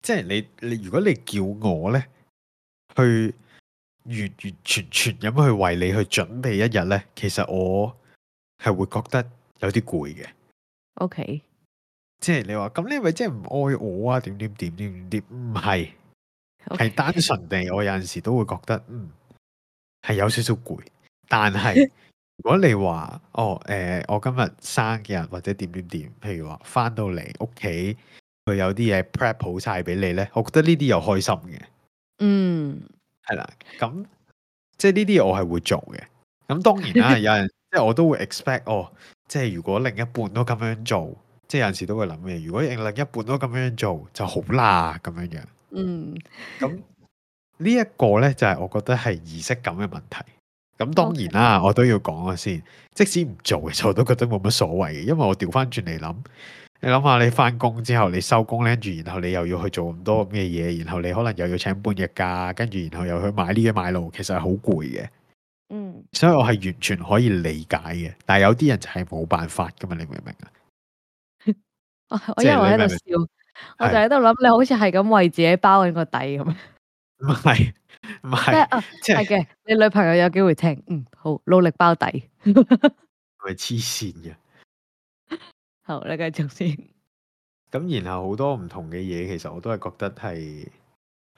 A: 即係你你如果你叫我呢，去完完全全咁去為你去準備一日呢，其實我係會覺得有啲攰嘅。
B: O K，
A: 即係你話咁你咪即係唔愛我啊？點點點點點點唔係，
B: O
A: 係
B: K，
A: 單純地，我有陣時都會覺得嗯。係有少少攰，但 係如果你話哦，誒、我今日生日或者點點點，譬如話翻到嚟屋企，佢有啲嘢 prep 好晒俾你呢，我覺得呢啲又開心嘅，
B: 嗯，
A: 係啦，咁即係呢啲我係會做嘅。咁當然啦， 有人即係我都會 expect 哦，即係如果另一半都咁樣做，即係有陣時都會諗嘅。如果另一半都咁樣做就好啦，咁樣樣。
B: 嗯
A: 咁呢一個呢，就係我覺得係儀式感嘅問題。咁當
B: ，O
A: 然
B: K，
A: 啦，我都要講下先。即使唔做，其實我都覺得冇乜所謂嘅，因為我調翻轉嚟諗，你諗下你翻工之後，你收工跟住然後你又要去做咁多咁嘅嘢，然後你可能又要請半日假，跟住然後又去買呢啲買路，其實係好攰嘅。
B: 嗯，
A: 所以我係完全可以理解嘅，但係有啲人就係冇辦法噶嘛，你明唔明啊？
B: 我我
A: 即
B: 一
A: 係
B: 路
A: 你
B: 喺
A: 明
B: 度
A: 唔
B: 笑，我就
A: 係
B: 喺度諗你好似係咁為自己包緊個底咁，
A: 唔係唔
B: 即係
A: 係，
B: 啊
A: 即
B: 係
A: 係
B: 嘅，你女朋友有機會聽，嗯好，努力包底，
A: 係黐線嘅。
B: 好你繼續先，
A: 咁然後好多唔同嘅嘢，其實我都係覺得係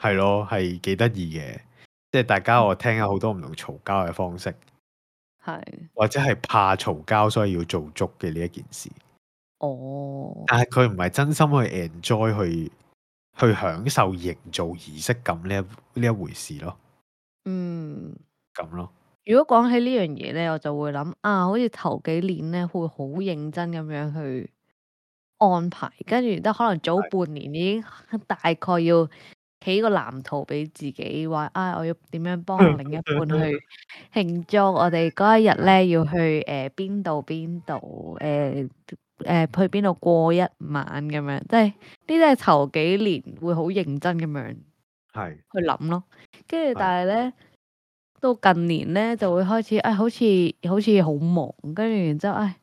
A: 係咯，係幾得意嘅。即係大家我聽下好多唔同嘈交嘅方式，
B: 係
A: 或者係怕嘈交，所以要做足嘅呢一件事。
B: 哦，
A: 但係佢唔係真心去 enjoy 去去享受營造儀式感呢一呢一回事咯，
B: 嗯。
A: 咁咯。
B: 如果講起呢樣嘢咧，我就會諗啊，好似頭幾年咧，會好認真咁樣去安排，跟住得可能早半年已經 大概要起個藍圖俾自己，話啊，我要點樣幫我另一半去慶祝，我哋嗰一日咧要去誒邊度邊度誒誒去邊度過一晚咁樣，即係呢啲係頭幾年會好認真咁樣
A: 係
B: 去諗咯。跟
A: 係
B: 住但係咧，到近年咧就會開始，唉、哎好似好似好忙，跟住然之後，唉、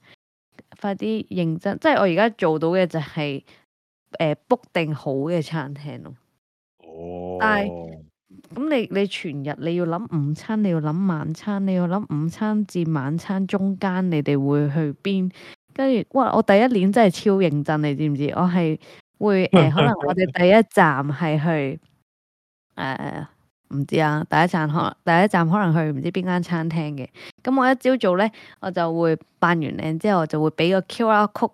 B: 快啲認真，即係我而家做到嘅就係誒 book 定好嘅餐廳咯。
A: 哦，
B: 但咁你你全日你要諗午餐，你要諗晚餐，你要諗午餐至晚餐中間你哋會去邊？跟住哇！我第一年真係超認真，你知唔知？我係會誒、呃可能我哋第一站係去誒唔、知啊，第一站可能第一站可能去唔知邊間餐廳嘅。咁我一朝早咧，我就會扮完靚之後，我就會俾個 QR code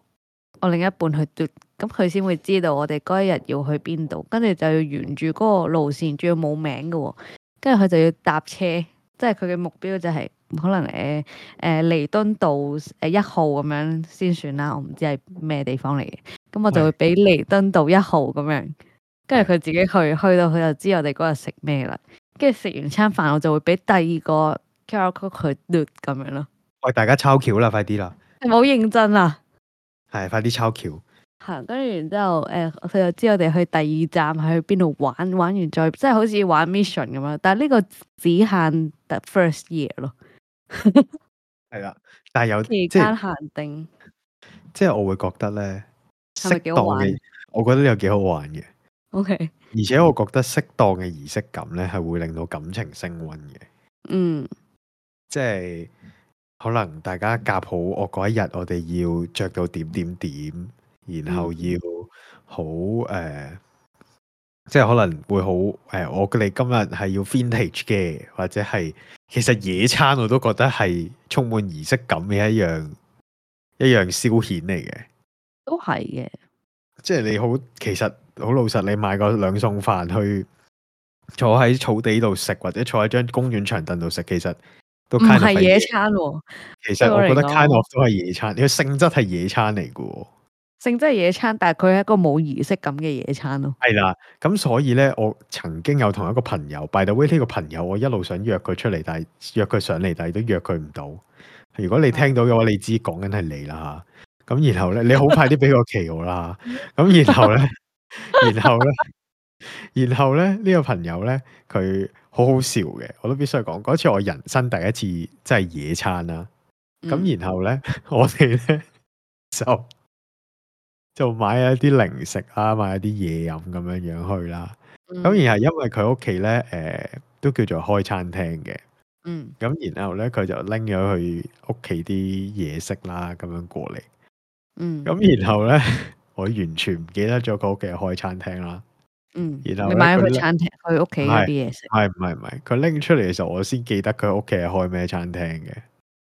B: 我另一半去嘟，咁佢先會知道我哋嗰一日要去邊度，跟住就要沿住嗰個路線，仲要冇名嘅喎、跟住佢就要搭車，即係佢嘅目標就係、可能誒誒彌敦道誒一號咁樣先算啦，我唔知係咩地方嚟嘅，咁我就會
A: 係
B: 俾彌敦道一號咁樣，跟住佢自己去，去到佢就知我哋嗰日食咩啦，跟住食完餐飯我就會俾第二個 QR code 佢嘟咁樣咯，
A: 喂，大家抄橋啦，快啲啦，
B: 係咪好認真啊？
A: 係快啲抄橋。
B: 行，跟住然之後，誒、佢就知我哋去第二站係去邊度玩，玩完再即係好似玩 mission 咁樣。但係呢個只限特 first year 咯，
A: 係啦，但係有
B: 期
A: 即係
B: 間限定。
A: 即係我會覺得咧，
B: 係咪
A: 適
B: 幾
A: 當
B: 好玩
A: 嘅，我覺得有幾好玩嘅，
B: OK，
A: 而且我覺得適當嘅儀式感咧係會令到感情升温嘅，
B: 嗯，
A: 即係可能大家夾好，我嗰一日我哋要着到點點點，然後
B: 嗯
A: 要好誒、呃即係可能會好誒、呃我哋今日係要 vintage 嘅，或者係其實野餐我都覺得係充滿儀式感嘅一樣一樣消遣嚟嘅。
B: 都係嘅。
A: 即係你好，其實好老實，你買個兩餸飯去坐喺草地度食，或者坐喺張公園長凳度食，其實都
B: 唔
A: kind of
B: 係野。餐喎，
A: 其實我覺得
B: 對我嚟講
A: kind of 都係野餐，佢性質係野餐嚟嘅喎。
B: 性質係野餐，但係佢係一個冇儀式感嘅野餐咯。
A: 係啦，咁所以呢，我曾經有同一個朋友，by the way 呢個朋友，我一路想約佢出嚟，但係約佢上嚟，但係都約佢唔到。如果你聽到嘅話，你知講緊係你啦嚇。咁然後呢，你好快啲俾個期我啦嚇。咁然後呢，然後呢，然後呢，呢、個朋友呢，佢好好笑嘅，我都必須講。嗰次我人生第一次真係野餐啦。
B: 嗯
A: 咁然後 咧，我哋咧就就買一啲零食啦，買一啲嘢飲咁樣樣去啦。咁、
B: 嗯
A: 然後因為佢屋企咧，誒、都叫做開餐廳嘅。
B: 嗯
A: 咁然後咧，佢就拎咗去屋企啲嘢食啦，咁樣過嚟。
B: 嗯
A: 咁然後咧， 我完全唔記得咗佢屋企係開餐廳啦。
B: 嗯，
A: 然後
B: 你
A: 呢
B: 買咗
A: 佢
B: 去
A: 呢
B: 餐廳，去屋企嗰啲嘢食。
A: 係唔係唔係？佢拎出嚟嘅時候，我先記得佢屋企係開咩餐廳嘅。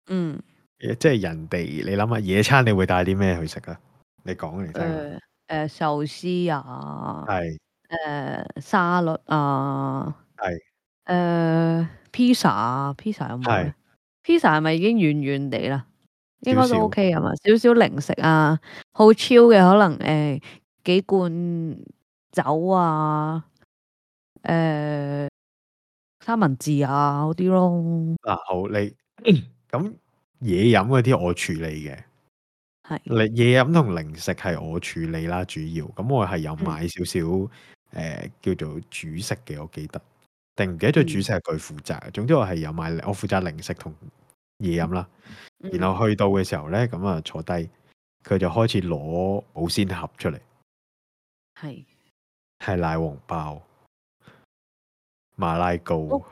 B: 嗯，
A: 即係人哋，你諗下野餐，你會帶啲咩去食啊？你講嚟聽下。
B: 誒誒壽司啊。
A: 係
B: 誒、呃沙律啊，
A: 係
B: 誒、pizza 啊，pizza 有冇
A: 係
B: 咧？pizza 係咪已經軟軟地啦？應該
A: 少
B: 都
A: 少
B: OK 啊嘛，少少零食啊，好超嘅可能誒、幾罐酒啊，誒、三文治啊嗰啲咯，
A: 嗱，好 你咁嘢飲嗰啲我處理嘅，
B: 係
A: 你嘢飲同零食係我處理啦，主要咁我係有
B: 嗯
A: 買少少誒叫做主食嘅，我記得定唔記得咗
B: 嗯
A: 主食係佢負責嘅。總之我係有買，我負責零食同嘢飲啦。
B: 嗯
A: 然後去到嘅時候咧，咁啊坐低，佢就開始攞保鮮盒出嚟，
B: 嗯係
A: 係奶黃包、馬拉糕
B: 哦，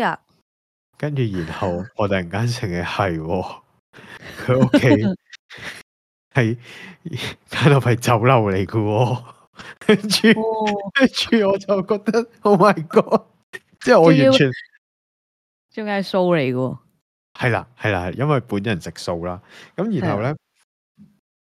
B: 啊，
A: 跟住然後 我突然間醒起係喎，佢屋企係間落係酒樓嚟嘅喎， 跟住。
B: 哦，
A: 跟住我就覺得 Oh my God！即係我完全
B: 仲係數嚟嘅喎，
A: 係啦係啦，因為本人食素啦。咁然後咧，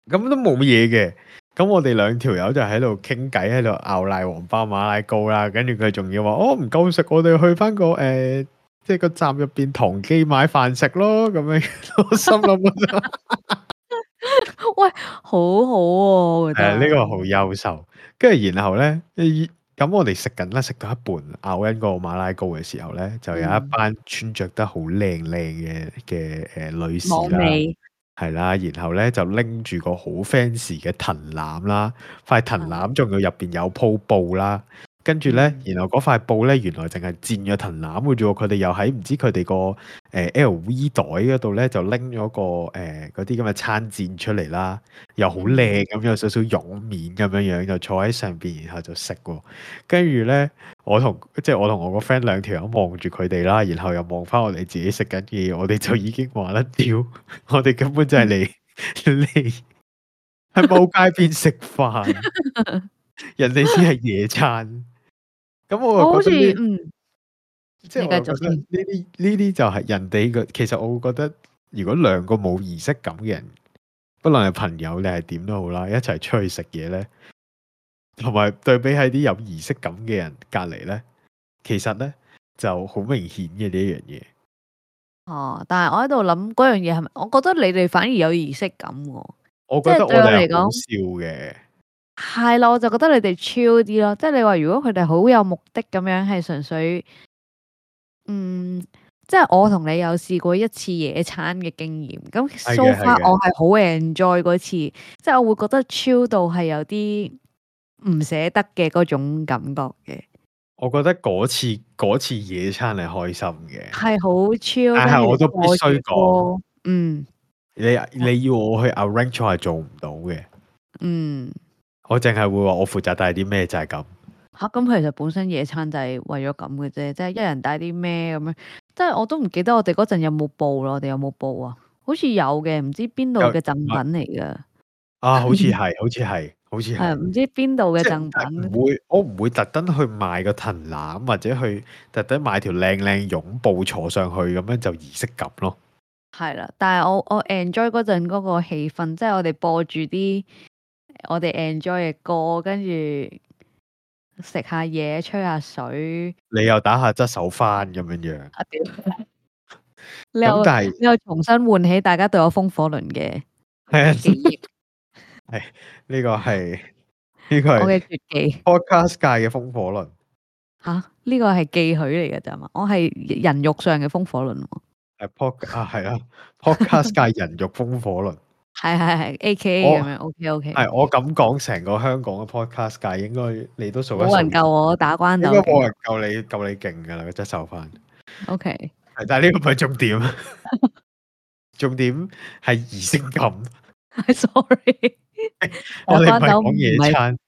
A: 咁都冇嘢嘅。咁我哋兩條友就喺度傾偈，喺度拗奶黃包馬拉糕啦。跟住佢仲要話：哦唔夠食，我哋去翻個誒、呃即係個站入邊堂機買飯食咯。咁樣 我心 諗。
B: 好好喎，我覺
A: 係啊
B: 得
A: 呢個好優秀。跟住然後咧，咦咁我哋食緊啦，食到一半咬緊個馬拉糕嘅時候咧，就有一
B: 嗯
A: 班穿着得好靚靚嘅嘅誒女士
B: 網
A: 啦，
B: 美
A: 係啦，然後咧就拎住個好 fancy 嘅藤籃啦，塊藤籃仲要入邊有鋪布啦。跟住咧，然後嗰塊布咧，原來淨係墊咗藤籃嘅啫喎，佢哋又喺唔知佢哋個誒 LV 呃袋嗰度咧，就拎咗個誒嗰啲咁嘅餐墊出嚟啦，又好
B: 嗯
A: 靚咁，有少少絨面咁樣樣，就坐喺上邊，然後就食喎。跟住咧，我同即係我同我個 friend 兩條友望住佢哋啦，然後又望翻我哋自己食緊嘅嘢，我哋就已經話得屌， 我哋根本就係嚟
B: 嗯
A: 嚟喺冇街邊食飯， 人哋先係野餐。咁
B: 我
A: 我
B: 好
A: 就
B: 似
A: 覺得呢
B: 嗯
A: 即係
B: 你
A: 我
B: 繼
A: 覺
B: 續
A: 得呢啲呢啲就係人哋嘅，其實我會覺得如果兩個冇儀式感嘅人，不論係朋友定係點都好啦，一齊出去食嘢咧，同埋對比喺啲有儀式感嘅人隔離咧，其實咧就好明顯嘅呢一樣嘢。
B: 哦，但係我喺度諗嗰樣嘢係咪？我覺得你哋反而有儀式感喎。
A: 我覺得我
B: 即係對我
A: 哋
B: 嚟
A: 係好
B: 講
A: 笑嘅，
B: 係啦，我就覺得你哋超啲咯，即係你話如果佢哋好有目的咁樣，係純粹，嗯，即係我同你有試過一次野餐嘅經驗，咁
A: 嘅
B: so
A: 係
B: far
A: 嘅
B: 我係好 enjoy 嗰次，即係我會覺得超到係有啲唔捨得嘅嗰種感覺嘅，
A: 我覺得嗰次嗰次野餐係開心嘅。
B: 係好超。
A: 但係
B: 跟住
A: 我都
B: 就
A: 必
B: 播住
A: 須講
B: 歌，嗯
A: 你你要我去 arrange 我係做唔到嘅，
B: 嗯，
A: 我淨係會話我負責帶啲咩就係咁。
B: 吓咁其實本身野餐就係為咗咁嘅啫，即係一人帶啲咩咁樣，即係我都唔記得我哋嗰陣有冇報咯，我哋有冇報啊？好似有嘅，唔知邊度
A: 有
B: 嘅贈品嚟嘅，
A: 啊，好似係，好似係，好似
B: 係
A: 係，
B: 啊唔知邊度嘅
A: 即係
B: 贈
A: 但
B: 品，
A: 唔會，我唔會特登去買個藤籃，或者去特登買條靚靚絨布坐上去，咁樣就儀式感咯。
B: 係啦。但係我我 enjoy 嗰陣嗰個氣氛，即係我哋播住啲我哋 enjoy 嘅歌，跟住食下嘢，吹下水。
A: 你又打下側手翻咁樣樣，
B: 啊屌！你
A: 咁
B: 又
A: 但係
B: 你又重新喚起大家對我風火輪嘅
A: 係
B: 記
A: 啊
B: 憶，
A: 呢個係呢個
B: 我
A: 係
B: 嘅絕技。
A: podcast 界嘅風火輪。
B: 吓，呢個係寄許嚟嘅咋嘛？我係人肉上嘅風火輪喎，
A: 誒 pod 啊係啊 à, podcast 界人肉風火輪，
B: 係係係 A K A
A: 我
B: 咁樣，OK OK，
A: 哦係我咁講，成個香港嘅 podcast 界應該你都數一數，
B: 冇人夠我打關
A: 應
B: 鬥
A: 該冇人夠你夠你勁㗎啦，個側手翻。
B: o k
A: 係但係呢個唔係重點，重點係儀式感。
B: sorry，
A: 我哋
B: 打
A: 唔係
B: 關鬥
A: 講
B: 唔
A: 野
B: 係
A: 餐，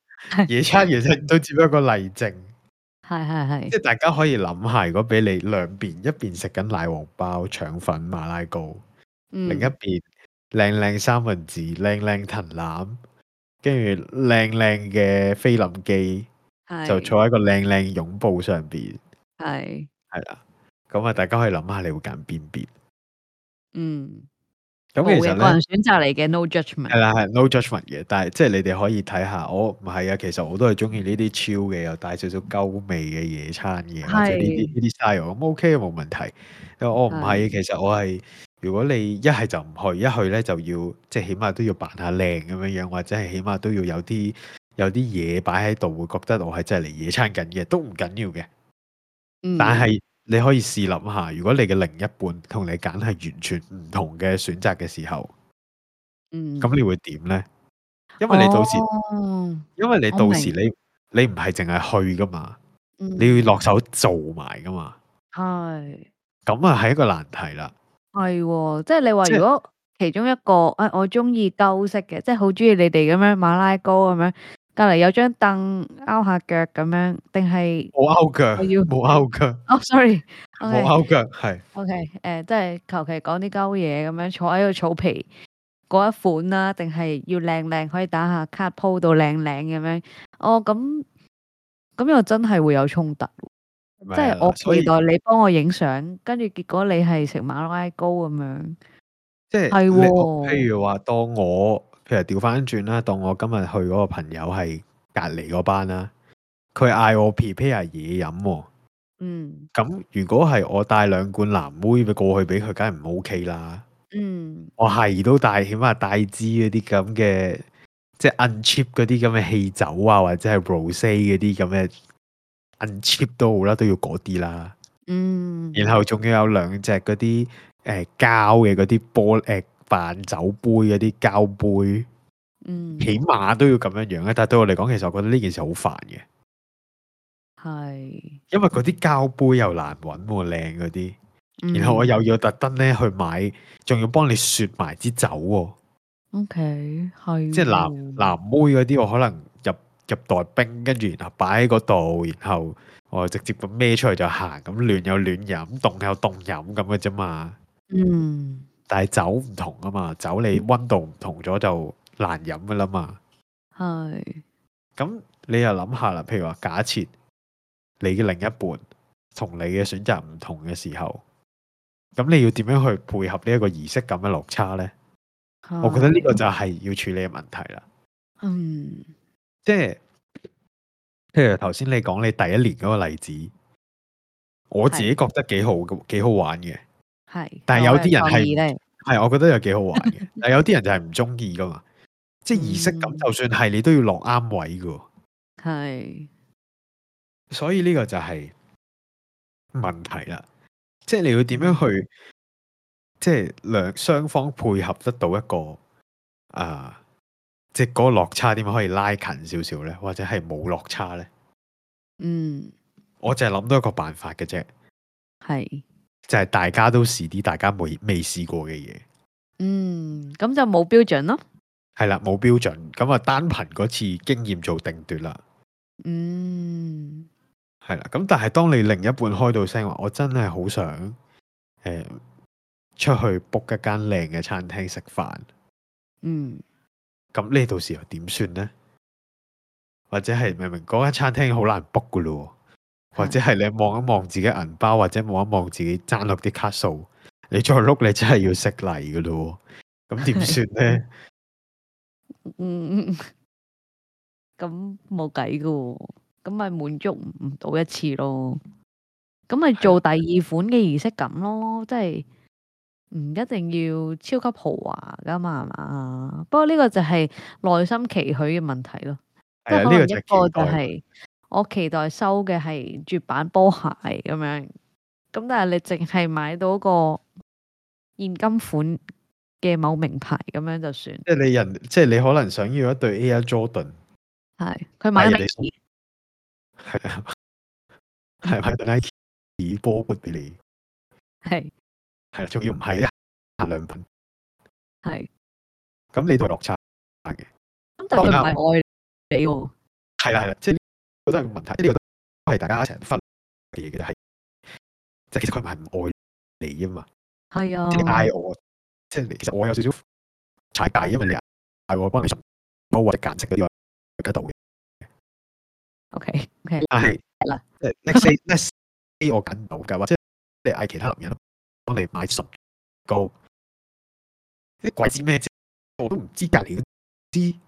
A: 野餐其實都只不過一個例證，
B: 係係
A: 即係大家可以諗下，如果俾你兩邊，一邊食緊奶黃包、腸粉、馬拉糕，
B: 係，
A: 另一
B: 嗯
A: 邊靚靚三文治、靚靚藤籃，跟住靚靚嘅菲林機，就
B: 係
A: 坐喺個靚靚擁抱上邊，
B: 係
A: 係啦。咁啊，大家可以諗下你會揀邊邊。
B: 嗯，冇
A: 咁其實咧
B: 嘅個。人選擇嚟嘅，no
A: 係
B: judgment，
A: 啦，係 no judgment 嘅，但係即係你哋可以睇下，我唔係啊，其實我都係中意呢啲超嘅，又帶少少鳩味嘅野餐嘅，或者呢啲
B: 係
A: 呢啲 style 咁 OK 冇問題。但我唔係，
B: 係
A: 其實我係如果你一係就唔去，一去咧就要即係起碼都要扮下靚咁樣樣，或者係起碼都要有啲有啲嘢擺喺度，會覺得我係真係嚟野餐緊嘅，都唔緊要嘅。
B: 嗯
A: 但係你可以試諗下，如果你嘅另一半同你揀係完全唔同嘅選擇嘅時候，
B: 嗯，
A: 咁你會點咧？因為你到時
B: 哦
A: 因為你
B: 我
A: 到
B: 明
A: 時你你唔係淨係去噶嘛，
B: 嗯
A: 你要落手做埋噶嘛，
B: 係
A: 咁啊係一個難題啦。
B: 係喎，即係你話
A: 即係
B: 如果其中一個啊，我中意鳩式嘅，即係好中意你哋咁樣馬拉糕咁樣，隔離有張凳勾下腳咁樣，定係
A: 冇勾腳，
B: 我要
A: 冇勾腳，
B: 哦，sorry，Oh,
A: 冇
B: OK
A: 勾腳，係
B: OK，誒、即係求其講啲鳩嘢咁樣，坐喺個草皮嗰一款啦，定係要靚靚可以打下卡鋪到靚靚咁樣。哦，咁咁又真係會有衝突喎，
A: 咪
B: 即係
A: 係啦
B: 我
A: 所以
B: 期待你幫我影相，跟住結果你係食馬拉糕咁樣。
A: 即係
B: 係
A: 你
B: 喎
A: 譬如話，當我譬如調翻轉啦，當我今日去嗰個朋友係隔離嗰班啦，佢嗌我 prepare 嘢飲喎。
B: 嗯
A: 咁如果係我帶兩罐藍妹咪過去俾佢，梗係唔 OK 啦。
B: 嗯
A: 我係都帶，起碼帶支嗰啲咁嘅，即係 uncheap 嗰啲咁嘅汽酒啊，或者係 rose 嗰啲咁嘅 uncheap 都好啦，都要嗰啲啦。
B: 嗯，
A: 然後仲要有兩隻嗰啲誒膠嘅嗰啲玻誒扮酒杯嗰啲膠杯，
B: 嗯
A: 起碼都要咁樣樣咧。但係對我嚟講，其實我覺得呢件事好煩嘅，
B: 係，
A: 因為嗰啲膠杯又難揾喎，靚嗰啲。然後
B: 嗯
A: 我又要特登咧去買，仲要幫你雪埋支酒喎、
B: OK 係，
A: 即係藍藍妹嗰啲，我可能入入袋冰，跟住然後擺喺嗰度，然後我直接咁孭出去就行，咁暖有暖飲，凍有凍飲咁嘅啫嘛。
B: 嗯
A: 但係酒唔同啊嘛，酒你温度唔同咗就難飲噶啦嘛。
B: 係
A: 咁你又諗下啦，譬如話假設你嘅另一半同你嘅選擇唔同嘅時候，咁你要點樣去配合呢一個儀式感嘅落差呢？我覺得呢個就係要處理嘅問題啦。
B: Ừ。嗯
A: 即係譬如頭先你講你第一年嗰個例子，我自己覺得幾好嘅，幾好玩嘅。
B: 係，
A: 但係有啲人係
B: 係咧，
A: 係，我覺得又幾好玩嘅。但係有啲人就係唔中意噶嘛。即係儀式感，
B: 嗯
A: 就算係你都要落啱位嘅喎。
B: 係。
A: 所以呢個就係問題啦。即係你要點樣去，即係兩雙方配合得到一個啊，即係嗰個落差點樣可以拉近少少呢？或者係冇落差呢？
B: 嗯，
A: 我就係諗到一個辦法嘅啫，
B: 係，
A: 就係、大家都試啲大家未未試過嘅嘢，
B: 嗯，咁就冇標準咯。
A: 係啦，冇標準，咁啊單憑嗰次經驗做定奪啦，
B: 嗯，
A: 係啦，咁但係當你另一半開到聲話，我真係好想誒、呃出去 book 一間靚嘅餐廳食飯，
B: 嗯，
A: 咁你到時又點算呢？或者係明明嗰間餐廳好難 book 噶咯喎，或者係你望一望自己銀包，或者望一望自己爭落啲卡數，你再碌你真係要食泥噶咯喎，咁點算呢？
B: 嗯，咁冇計噶喎，咁咪滿足唔到一次咯。咁咪做第二款嘅儀式感咯，即係唔一定要超級豪華噶嘛，係嘛？不過呢個就係內心期許嘅問題咯。即
A: 係
B: 係
A: 啊，
B: 可
A: 呢
B: 能
A: 個
B: 一
A: 就係
B: 個
A: 期
B: 就
A: 待啦。
B: 係我期待收嘅係絕版波鞋咁樣，咁但係你淨係買到個現金款嘅某名牌咁樣就算，
A: 即係你人，即係你可能想要一對 Air Jordan，
B: 係佢
A: 係
B: 買
A: 啊
B: 咗
A: 人哋送
B: Nike，
A: 係啊，係買對 Nike 波撥俾你，
B: 係
A: 係啊，仲要唔係一限量品，
B: 係，
A: 咁你都係落差嘅。
B: 咁但係佢
A: 當
B: 唔係愛你喎，
A: 係啦係啦，即係呢個都係個問題，呢個都係大家一齊分嘅嘢嘅，係即係其實佢唔係唔愛你啊嘛，
B: 係
A: 即係你
B: 啊，
A: 嗌我，即係你其實我有少少踩界，因為你嗌我幫你尋寶或者揀色嗰啲我係得到嘅，
B: OK OK，
A: 但係
B: 係啦
A: 即係 let's say let's say 我揀唔到㗎，或者你嗌其他男人幫你買唇膏，啲鬼知咩啫？我都唔知隔離嗰支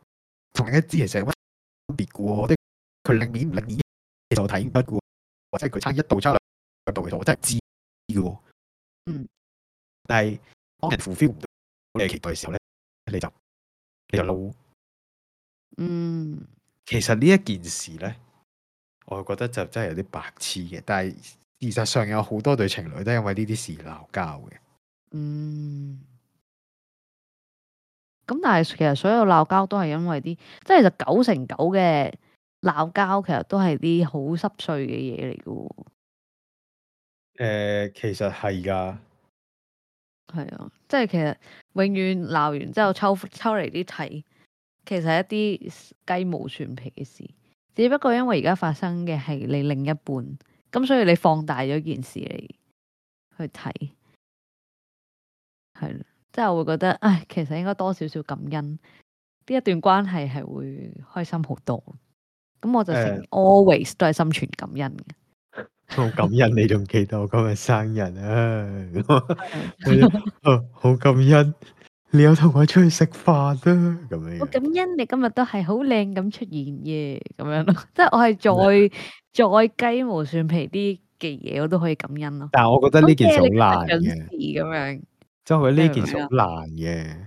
A: 同另一支其實有乜分別嘅喎，即係佢領面唔領面，其實我睇唔得嘅喎，或者佢差一度差兩度，其實我真係知嘅喎。
B: 嗯，
A: 但係當人 fulfill 唔到你嘅期待嘅時候咧，你就你就嬲。
B: 嗯
A: 其實呢一件事呢，我覺得就真係有啲白痴嘅。但係事實上有好多對情侶都因為呢啲事鬧交嘅。
B: 嗯。咁但係其實所有鬧交都係因為啲，即係就九成九嘅鬧交其實都係啲好濕碎嘅嘢嚟嘅
A: 誒、
B: 喎。
A: 其實係㗎，
B: 係啊，即係其實永遠鬧完之後抽抽嚟啲睇，其實係一啲雞毛蒜皮嘅事，只不過因為而家發生嘅係你另一半，咁所以你放大咗件事嚟去睇，係咯，即係我會覺得，唉，其實應該多少少感恩，呢一段關係係會開心好多。咁我就成
A: 誒
B: always 都係心存感恩嘅。
A: 好感恩你仲記得我今日生日啊！啊好感恩你有同我出去食飯啊！咁樣樣
B: 我感恩你今日都係好靚咁出現嘅，咁樣 咯，即係我係再再雞毛蒜皮啲嘅嘢，我都可以感恩咯。
A: 但係我覺得呢件事好難
B: 準
A: 嘅
B: 時，咁樣，
A: 即係我覺得呢件
B: 明唔
A: 事
B: 明
A: 好
B: 啊哦
A: 難嘅，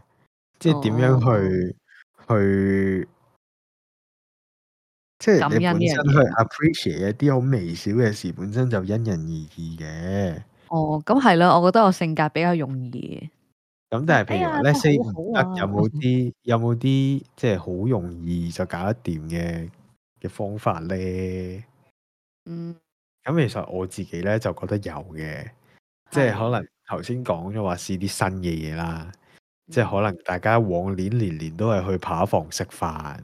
A: 即係點樣去去，即係
B: 感
A: 你
B: 恩
A: 本
B: 呢
A: 身
B: 樣
A: 去
B: 嘢
A: appreciate 一啲好微小嘅事，本身就因人而異嘅。
B: 哦，咁係咯，我覺得我性格比較容易嘅。
A: 咁但係
B: 哎
A: 譬如話
B: 呀
A: l e
B: 真
A: t
B: 係好
A: 唔
B: 好
A: 得，
B: 啊
A: 有冇啲有冇啲即係好容易就搞得掂嘅嘅方法咧？
B: 嗯，
A: 咁其實我自己咧就覺得有嘅，即係
B: 係
A: 可能頭先講咗話試啲新嘅嘢啦，
B: Ừ.
A: 即係可能大家往年年年都係去扒房食飯，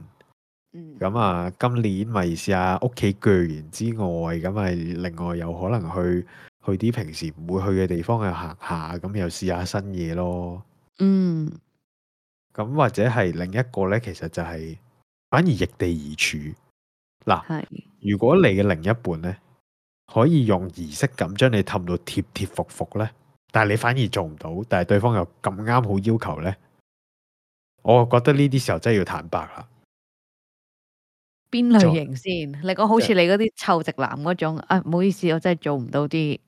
B: 嗯
A: 咁啊今年咪試下屋企鋸完之外，咁咪另外有可能去去啲平時唔會去嘅地方去行下，咁又試下新嘢咯。
B: 嗯
A: 咁或者係另一個咧，其實就係反而逆地而處。嗱，
B: 係
A: 如果你嘅另一半咧可以用儀式感將你氹到貼貼服服咧，但係你反而做唔到，但係對方又咁啱好要求咧，我覺得呢啲時候真係要坦白啦。
B: 邊類型先？你講好似你嗰啲臭直男嗰種，啊唔好意思，我真係做唔到啲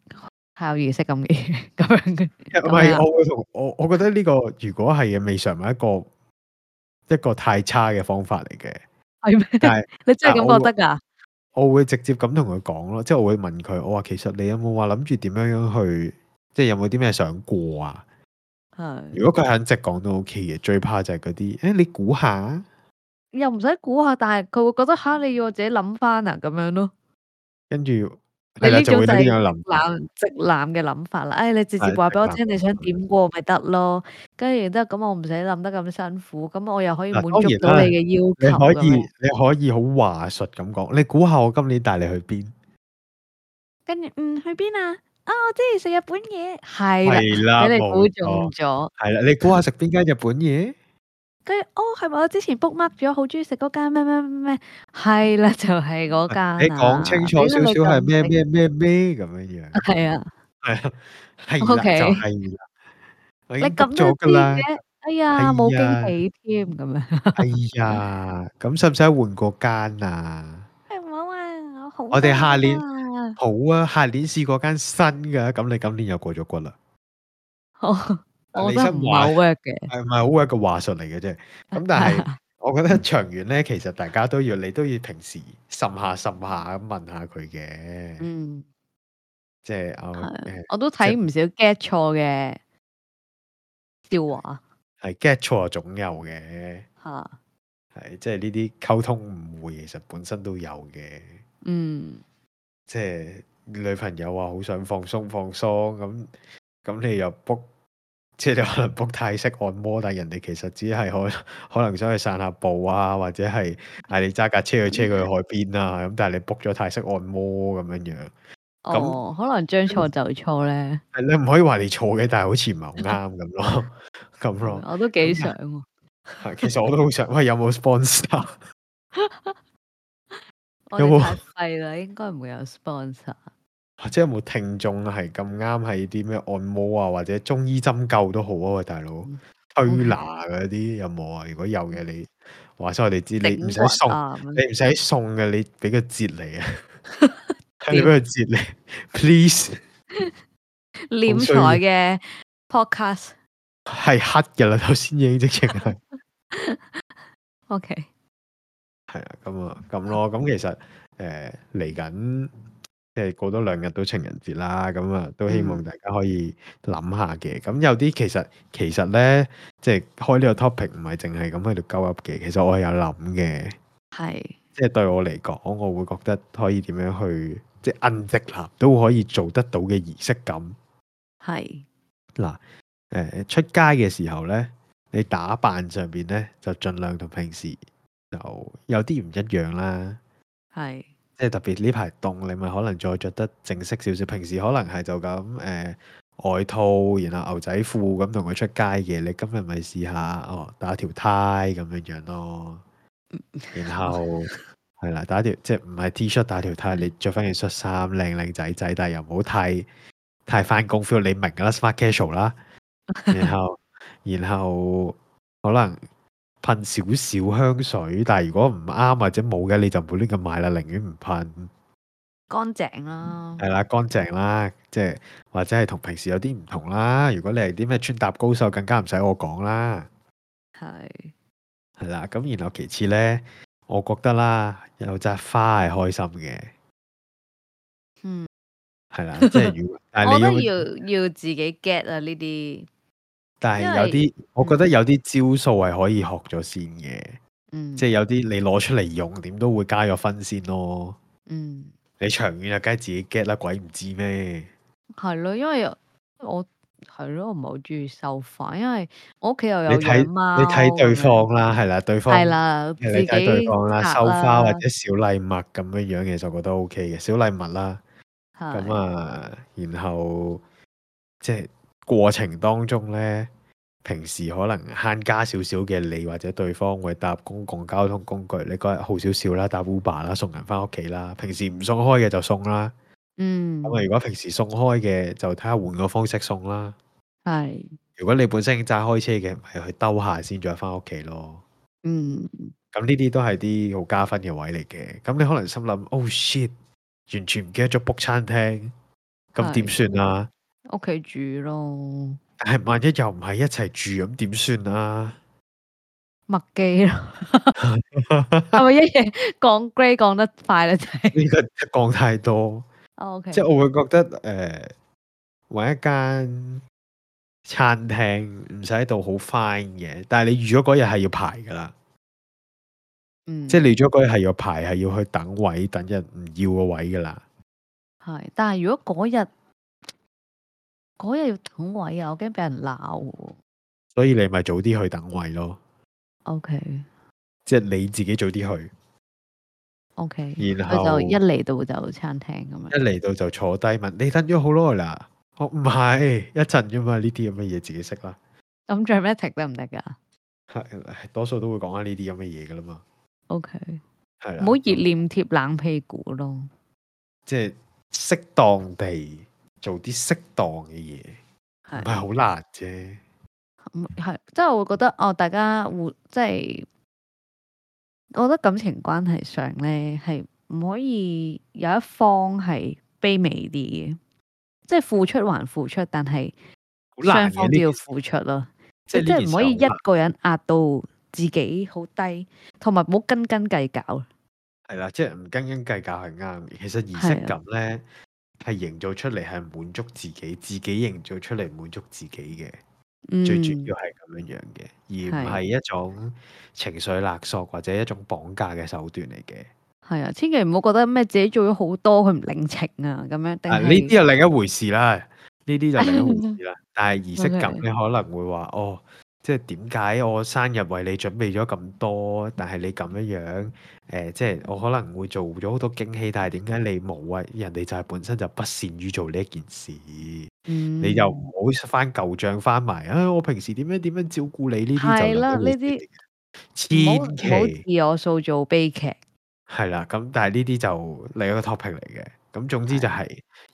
B: 孝儀式咁 嘅嘢，咁樣嘅。
A: 唔
B: 咁
A: 係，
B: 啊
A: 我會同我我覺得呢個如果係未嘗係一個一個太差嘅方法嚟嘅，
B: 係
A: 但係
B: 咩？你真係
A: 但我
B: 咁覺得㗎？
A: 我會直接咁同佢講咯，即係我會問佢，我話其實你有冇話諗住點樣樣去，即係有冇啲咩想過啊？
B: 係。
A: 如果佢肯直講都 OK 嘅，最怕就係嗰啲，誒、你估下，
B: 又唔使估下，但係佢會覺得吓你要我自己諗翻啊咁樣咯。
A: 跟住
B: 你
A: 係啦，
B: 呢
A: 就
B: 種
A: 會
B: 就
A: 有呢
B: 係
A: 樣諗法，
B: 男直男嘅諗法啦。唉、你直接
A: 係
B: 話俾我
A: 直男
B: 聽你想點過咪得咯，跟住然之後咁我唔使諗得咁辛苦，咁我又可以滿
A: 嗱
B: 足
A: 當
B: 到
A: 然啦
B: 你嘅
A: 你
B: 要求
A: 可
B: 咁
A: 以
B: 樣。
A: 你可以好話術咁講，你估下我今年帶你去邊？
B: 跟住嗯去邊啊？啊我中意食日本嘢，係啦，
A: 係啦，
B: 俾你估
A: 冇錯，
B: 中咗。
A: 係啦，你估下食邊間日本嘢？
B: 跟住哦係咪我之前 book mark 咗好中意食嗰間咩咩咩咩？係啦 就係嗰間啊。
A: 你講清楚
B: 點
A: 少
B: 解
A: 少
B: 你
A: 係
B: 咁
A: 咩
B: 醒？
A: 咩咩咩咁樣樣，
B: 係啊。
A: 係啊，係啦，
B: OK
A: 就係啦，我已
B: 你
A: 經 book
B: 咁都
A: 咗
B: 知
A: 㗎啦。
B: 嘅？哎呀，冇
A: 係啊
B: 驚喜添咁樣。
A: 哎呀，咁使唔使換個間啊？
B: 哎唔好啊，我好
A: 我哋
B: 多
A: 下
B: 嘢
A: 年
B: 啊。
A: 好啊，下年試過間新嘅，咁你今年又過咗骨 啦。
B: 我
A: 但
B: 我
A: 你
B: 覺得
A: 身
B: 唔係
A: 話
B: 好 work 嘅。
A: 係唔係好一個話術嚟嘅啫？咁但係 我覺得長遠咧，其實大家都要你都要平時滲下滲下咁問下佢嘅，
B: 嗯，
A: 即係我
B: 係啊
A: 誒
B: 我都
A: 即
B: 睇唔少 get 錯嘅笑話
A: 係 get 錯總有嘅，
B: 吓。
A: 係即係呢啲溝通誤會其實本身都有嘅。
B: 嗯，
A: 即係女朋友話好想放鬆放鬆咁，咁你又 book，即係你可能 book 泰式按摩，但係人哋其實只係可可能想去散下步啊，或者係嗌你揸架車去車佢去海邊啊，咁但係你 book 咗泰式按摩咁樣樣，咁
B: 哦，可能將錯就錯咧，
A: 係你唔可以話你錯嘅，但係好似唔係好啱咁咯，咁
B: 係咪
A: 咯，
B: 我都幾想喎。
A: 係其實我都好想，喂有冇 sponsor？
B: 我
A: 有冇
B: 哋太廢啦，應該唔會有 sponsor。
A: 或者有冇聽眾係咁啱係啲咩按摩啊，或者中醫針灸都好啊，喂大佬
B: 嗯
A: 推
B: OK
A: 拿嗰啲有冇啊？如果有嘅，你話晒我哋知，你唔
B: 整
A: 使
B: 骨
A: 送，
B: 啊咁樣
A: 你唔使送嘅，你俾個折嚟 啊！係你 俾
B: 屌
A: 個折嚟，please
B: 斂
A: 好衰
B: 財嘅 podcast。
A: 係黑嘅啦，頭先已經直情係
B: OK，
A: 係啊，咁啊咁咯，咁其實誒嚟緊。即係過多兩日都情人節啦，咁啊都希望
B: 嗯
A: 大家可以諗下嘅。咁有啲其實其實咧，即係開呢個 topic 唔係淨係咁喺度鳩噏嘅，其實我係有諗嘅。
B: 係。
A: 即係對我嚟講，我會覺得可以點樣去即係摁直男都可以做得到嘅儀式感。
B: 係，
A: 嗱，誒出街嘅時候咧，你打扮上邊咧就盡量同平時就有啲唔一樣啦。
B: 係
A: 即係特別呢排凍，你咪可能再着得正式少少。平時可能係就咁誒、呃外套，然後牛仔褲咁同佢出街嘅。你今日咪試下哦，打條呔咁樣樣咯。然後係啦，打條即係唔係 T 恤打條呔，你着翻件恤衫靚靚仔仔，但係又唔好太太翻工 feel。你明㗎啦，smart casual 啦。然後然後可能。噴少少香水，但係如果唔啱或者冇嘅，你就唔好亂咁買啦，寧願唔噴，
B: 乾淨啦，
A: 係啦，乾淨啦，即係或者係同平時有啲唔同啦。如果你係啲咩穿搭高手，更加唔使我講啦，
B: 係
A: 係啦。咁然後其次呢，我覺得啦，有扎花係開心嘅，
B: 嗯，
A: 係 啦，即係如果但
B: 我
A: 係
B: 覺得
A: 你要，
B: 要要自己 get 啊呢啲，
A: 但係
B: 因為
A: 有啲，我覺得有啲招數係可以學咗先嘅，
B: 嗯，
A: 即係有啲你攞出嚟用，點都會加咗分先咯。
B: 嗯
A: 你長遠就梗係自己 get 啦，鬼唔知咩？
B: 係咯，因為我係咯，我唔係好中意收花，因為我屋企又有
A: 你睇
B: 養貓，
A: 你睇對方啦，係啦，對方
B: 啊係啦，
A: 係
B: 自
A: 你
B: 己
A: 睇對方啦，
B: 拆
A: 收花或
B: 啦
A: 者小禮物咁樣樣，其實我覺得 O K 嘅，小禮物啦，咁
B: 係
A: 啊，然後即係過程當中咧，平時可能慳家少少嘅你或者對方會搭公共交通工具，你嗰日好少少啦，搭 Uber 啦，送人翻屋企啦，平時唔送開嘅就送啦，
B: 嗯
A: 咁啊，如果平時送開嘅就睇下換個方式送啦，
B: 係
A: 如果你本身已經揸開車嘅，咪去兜下先再翻屋企咯。
B: 嗯
A: 咁呢啲都係啲好加分嘅位嚟嘅。咁你可能心諗，oh shit，完全唔記得咗 book 餐廳，咁點算啊？
B: 屋企住咯，
A: 但係萬一又唔係一齊住，咁點算啊？
B: 麥 記咯，係咪一嘢講 grade 講得快啦？就係啊
A: 呢個講太多，
B: ，O K，
A: 即係我會覺得誒，揾、一間餐廳唔使喺度好 fine 嘅，但係你預咗嗰日係要排噶啦，
B: 嗯
A: 即係你預咗嗰日係要排，係要去等位，等人唔要個位噶啦。
B: 係，但係如果嗰日嗰日要等位啊，我驚俾人鬧喎。
A: 所以你咪早啲去等位咯，
B: O K
A: 即係你自己早啲去。
B: O K，
A: 然
B: 佢
A: 後
B: 就一嚟到就餐廳咁樣。
A: 一嚟到就坐低問你等咗好耐啦，我唔係一陣啫嘛，呢啲咁嘅嘢自己識啦，
B: 咁 dramatic 得唔得㗎
A: 係多數都會講下呢啲咁嘅嘢噶啦嘛，
B: ？O K，
A: 係啊啦，
B: 唔好熱
A: 咁
B: 臉貼冷屁股咯。
A: 即係適當地做啲適當嘅嘢，唔係
B: 係
A: 好難啫，
B: 唔係，即係我會覺得哦，大家互即係，我覺得感情關係上咧係唔可以有一方係卑微啲嘅，即係付出還付出，但係
A: 好
B: 雙
A: 難嘅
B: 方
A: 呢
B: 都要
A: 件事，
B: 付出咯。
A: 即係
B: 即
A: 呢
B: 係
A: 件
B: 唔
A: 事
B: 可以
A: 好
B: 一
A: 難
B: 個人壓到自己好低，同埋唔好斤斤計較。
A: 係啦，即係唔斤斤計較係啱嘅。其實儀
B: 係
A: 式
B: 啊
A: 感咧係營造出嚟係滿足自己，自己營造出嚟滿足自己嘅。最主
B: 嗯，
A: 要係咁樣樣嘅，而唔
B: 係
A: 係一種情緒勒索或者一種綁架嘅手段嚟嘅。
B: 係啊，千祈唔好覺得咩自己做咗好多，佢唔領情啊，咁樣定
A: 啊，
B: 係
A: 呢啲就另一回事啦，呢啲就另一 回事啦。但係儀式感
B: OK
A: 咧，可能會話哦，即係點解我生日為你準備咗咁多，但係你咁樣樣，誒、即係我可能會做咗好多驚喜，但係點解你冇啊？人哋就係本身就不善於做呢一件事，你
B: 你
A: 又唔好翻舊帳翻埋啊！我平時點樣點樣照顧你呢啲就
B: 係啦
A: 另一回
B: 呢啲
A: 事
B: 唔好
A: 嚟嘅
B: 唔好
A: 千祈。
B: 自我塑造悲劇。
A: 係啦，咁但係呢啲就另一個 topic 嚟嘅。咁總之就係